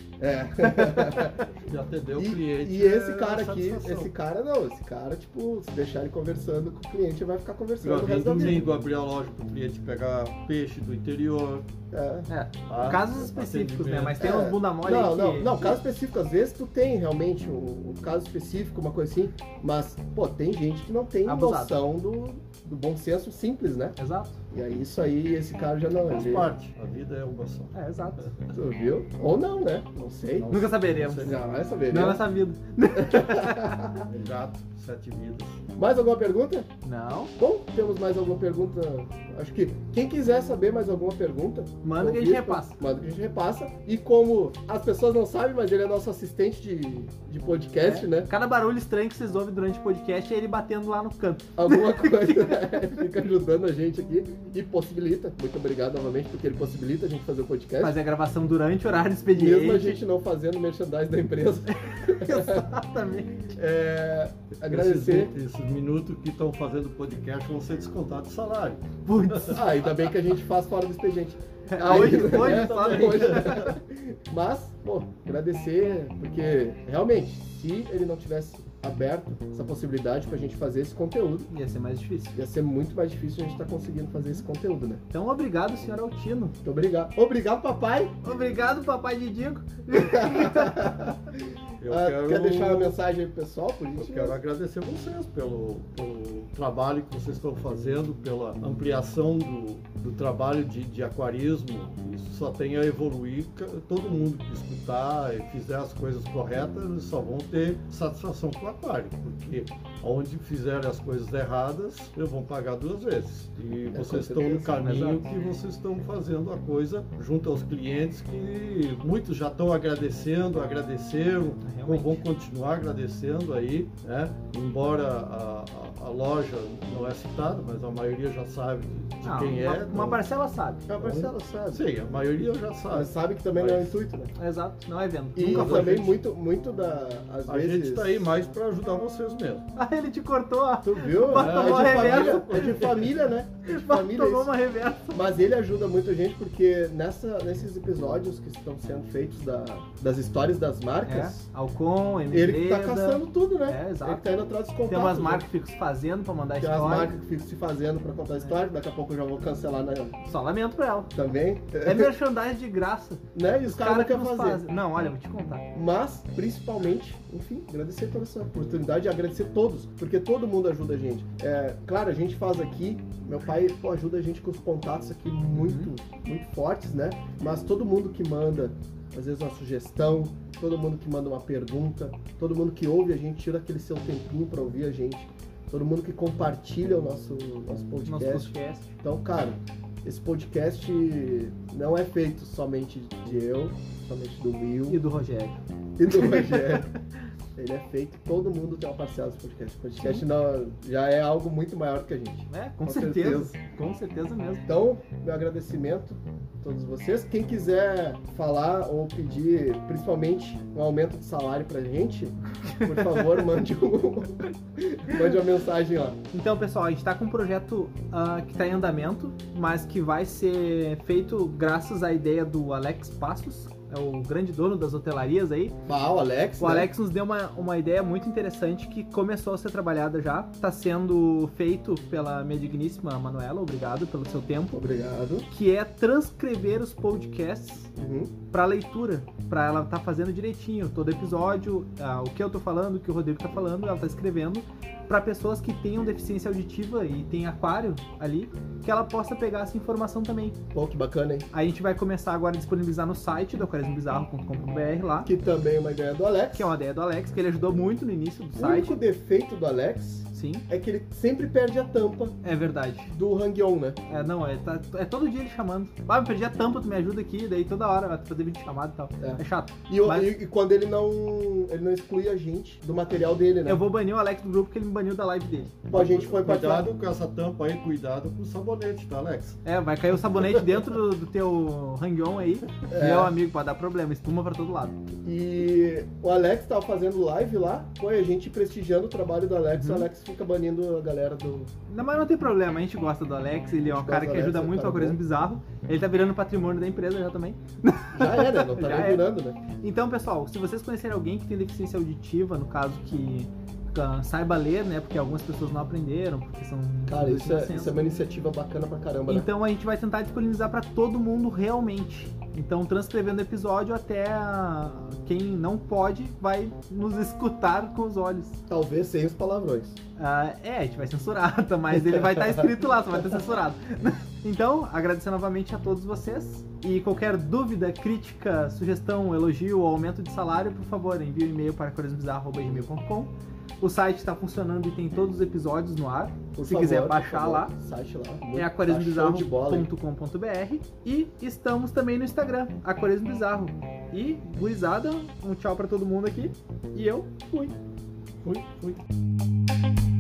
S2: É.
S3: E atendeu o
S2: E,
S3: cliente.
S2: e esse
S3: é
S2: cara aqui,
S3: satisfação.
S2: esse cara não, esse cara, tipo, se deixar ele conversando com o cliente, ele vai ficar
S3: Eu
S2: conversando é o
S3: vim
S2: resto da vida.
S3: domingo abrir a loja pro cliente pegar peixe do interior.
S2: É.
S1: É,
S3: tá?
S1: casos específicos, né? Mas tem
S2: É.
S1: uns bunda mole
S2: Não,
S1: aí
S2: não,
S1: que...
S2: não, caso específico, às vezes tu tem realmente um, um caso específico, uma coisa assim, mas, pô, tem gente que não tem
S1: Abusado.
S2: noção do, do bom senso simples, né?
S1: Exato,
S2: E aí isso aí, esse cara já não
S3: Faz
S2: ele,
S3: parte. A vida é uma só.
S1: é, exato.
S2: Tu viu? Ou não, né? Não sei.
S3: Não.
S1: Nunca saberemos.
S3: Não
S2: Já vai saber.
S1: Não
S2: né?
S1: nessa vida.
S3: Um gato, sete vidas.
S2: Mais alguma pergunta?
S1: Não,
S2: Bom, temos mais alguma pergunta? Acho que quem quiser saber mais alguma pergunta,
S1: manda que a gente
S2: ouvinte,
S1: repassa.
S2: Manda que a gente repassa. E como as pessoas não sabem, mas ele é nosso assistente de, de podcast,
S1: É.
S2: né?
S1: Cada barulho estranho que vocês ouvem durante o podcast é ele batendo lá no canto.
S2: alguma coisa né? fica ajudando a gente aqui e possibilita. Muito obrigado novamente, porque ele possibilita a gente fazer o podcast.
S1: Fazer a gravação durante o horário do expediente.
S2: mesmo a É. gente não fazendo merchandising da empresa.
S1: Exatamente.
S2: É, agradecer.
S3: Esses, mi- esses minutos que estão fazendo podcast vão ser descontados de salário.
S1: Putz.
S2: Ah, ainda bem que a gente faz fora do expediente.
S1: Ah, hoje
S2: Aí,
S1: foi,
S2: né?
S1: sabe?
S2: Hoje. Mas, pô, agradecer, porque realmente, se ele não tivesse aberto essa possibilidade pra gente fazer esse conteúdo,
S1: Ia ser mais difícil.
S2: ia ser muito mais difícil a gente estar conseguindo fazer esse conteúdo, né?
S1: Então, obrigado, senhor Altino.
S2: Muito obrigado. Obrigado, papai!
S1: Obrigado, papai Didico.
S3: Eu
S2: Ah,
S3: quero,
S2: Quer deixar uma mensagem aí pro pessoal, por
S3: Eu
S2: isso?
S3: quero agradecer vocês pelo, pelo trabalho que vocês estão fazendo, pela ampliação do, do trabalho de, de aquarismo. Isso só tem a evoluir. Ca- Todo mundo que escutar e fizer as coisas corretas só vão ter satisfação com o aquário, porque onde fizerem as coisas erradas, eles vão pagar duas vezes. E
S2: É, com
S3: vocês estão no
S2: certeza,
S3: caminho
S1: exato.
S3: que vocês estão fazendo a coisa junto aos clientes que muitos já estão agradecendo, agradeceram,
S1: Realmente.
S3: vão continuar agradecendo aí, né? Embora a, a- a loja não é citada, mas a maioria já sabe de, de
S1: Ah,
S3: quem
S1: uma,
S3: é.
S1: uma
S3: então-
S1: parcela sabe.
S2: A Ah, Marcela sabe.
S3: Sim, a maioria já
S2: Mas
S3: sabe.
S2: sabe que também não é o intuito, né?
S1: Exato, não é venda.
S2: E
S1: Nunca foi.
S2: também
S3: gente.
S2: muito, muito da. Às vezes.
S3: A
S1: tá
S3: gente está aí mais para ajudar vocês mesmo.
S1: Ah, ele te cortou. ó.
S2: Tu viu?
S1: Bota
S2: é,
S3: a mão
S2: de
S1: reversa.
S2: família, é de família, né? técnica de família.
S1: Tomou
S2: isso.
S1: uma reversa.
S2: Mas ele ajuda muito a gente porque nessa, nesses episódios que estão sendo feitos da- das histórias das marcas,
S1: É, Alcon, MD.
S2: ele que tá caçando tudo, né?
S1: É, exato.
S2: Ele que tá indo atrás dos contatos.
S1: Tem umas
S2: né?
S1: marcas que ficam fazendo pra mandar
S2: Tem umas
S1: história. É.
S2: marcas que ficam se fazendo pra contar a história, daqui a pouco eu já vou cancelar né?
S1: Só lamento pra ela.
S2: também.
S1: É merchandising de graça.
S2: né? E os caras não
S1: que
S2: querem
S1: nos
S2: fazer.
S1: fazem. Não, olha, vou te contar.
S2: Mas, principalmente, enfim, agradecer por essa oportunidade e agradecer todos, porque todo mundo ajuda a gente. É, claro, a gente faz aqui, meu pai pô, ajuda a gente com os contatos aqui muito, muito fortes, né? Mas todo mundo que manda, às vezes, uma sugestão, todo mundo que manda uma pergunta, todo mundo que ouve a gente, tira aquele seu tempinho para ouvir a gente, todo mundo que compartilha o nosso, nosso
S1: Nosso
S2: podcast.
S1: podcast.
S2: Então, cara, esse podcast não é feito somente de eu, somente do Will
S1: E do Rogério.
S2: e do Rogério. Ele é feito, todo mundo tem uma parcela desse podcast. O podcast não- já é algo muito maior que a gente.
S1: É, com,
S2: Com
S1: certeza. Com certeza mesmo.
S2: Então, meu agradecimento a todos vocês. Quem quiser falar ou pedir, principalmente, um aumento de salário pra gente, por favor, mande, um- mande uma mensagem lá.
S1: Então, pessoal, a gente tá com um projeto ah, que tá em andamento, mas que vai ser feito graças à ideia do Alex Passos, é o grande dono das hotelarias aí.
S2: Ah, o Alex.
S1: O
S2: né?
S1: Alex nos deu uma, uma ideia muito interessante que começou a ser trabalhada já, tá sendo feito pela minha digníssima Manuela, obrigado pelo seu tempo,
S2: Obrigado.
S1: que é transcrever os podcasts
S2: Uhum.
S1: para leitura, para ela tá fazendo direitinho todo episódio, ah, o que eu tô falando, o que o Rodrigo tá falando, ela tá escrevendo para pessoas que tenham deficiência auditiva e tem aquário ali, que ela possa pegar essa informação também.
S2: Pô, que bacana, hein?
S1: A gente vai começar agora a disponibilizar no site do aquarismobizarro.com.br lá,
S2: Que também é uma ideia do Alex.
S1: que é uma ideia do Alex, que ele ajudou muito no início do
S2: O único
S1: site.
S2: defeito do Alex
S1: Sim,
S2: é que ele sempre perde a tampa
S1: é verdade.
S2: do Hang-On, né?
S1: É, não, é, tá- é todo dia ele chamando. Ah, eu perdi a tampa, tu me ajuda aqui, daí toda hora vai fazer vídeo chamado e tal.
S2: É.
S1: É chato.
S2: E, o-
S1: Mas-
S2: e- e quando ele não, ele não exclui a gente do material dele, né?
S1: Eu vou banir o Alex do grupo porque ele me baniu da live dele.
S2: Pô, a gente foi pra
S3: Cuidado com essa tampa aí, cuidado com o sabonete, tá, Alex?
S1: É, vai cair o sabonete dentro do, do teu hang-on aí.
S2: É.
S1: Meu amigo, pode dar problema, espuma pra todo lado.
S2: E o Alex tava fazendo live lá, foi a gente prestigiando o trabalho do Alex,
S1: Uhum.
S2: o Alex fica banindo a galera do.
S1: Não, mas não tem problema, a gente gosta do Alex, ele é um
S2: gente
S1: cara que
S2: gosta do Alex,
S1: ajuda
S2: é um
S1: muito
S2: cara
S1: ao Corismo Bizarro. Ele tá virando patrimônio da empresa já também.
S2: Já era, não tá
S1: Já
S2: nem
S1: era.
S2: virando, né?
S1: Então, pessoal, se vocês conhecerem alguém que tem deficiência auditiva, no caso que ah, saiba ler, né? Porque algumas pessoas não aprenderam, porque são.
S2: Cara, isso é, isso é
S1: deficientes.
S2: uma iniciativa bacana pra caramba, né?
S1: Então a gente vai tentar disponibilizar pra todo mundo realmente. Então, transcrevendo o episódio até a- quem não pode vai nos escutar com os olhos.
S2: Talvez sem os palavrões.
S1: Ah, é, a gente vai censurar, tá? mas ele vai estar escrito lá, só vai estar censurado. Então, agradecer novamente a todos vocês. E qualquer dúvida, crítica, sugestão, elogio ou aumento de salário, por favor, envie um e-mail para corismobizarro.com. O site está funcionando e tem todos os episódios no ar.
S2: Por
S1: Se
S2: favor,
S1: quiser
S2: por
S1: baixar
S2: favor,
S1: lá,
S2: Site lá.
S1: é
S2: Muito- tá show de bola, hein?
S1: aquaresmobizarro.com.br. E estamos também no Instagram, Aquaresmo Bizarro. E, gurizada, um tchau para todo mundo aqui. E eu fui.
S3: Fui, fui.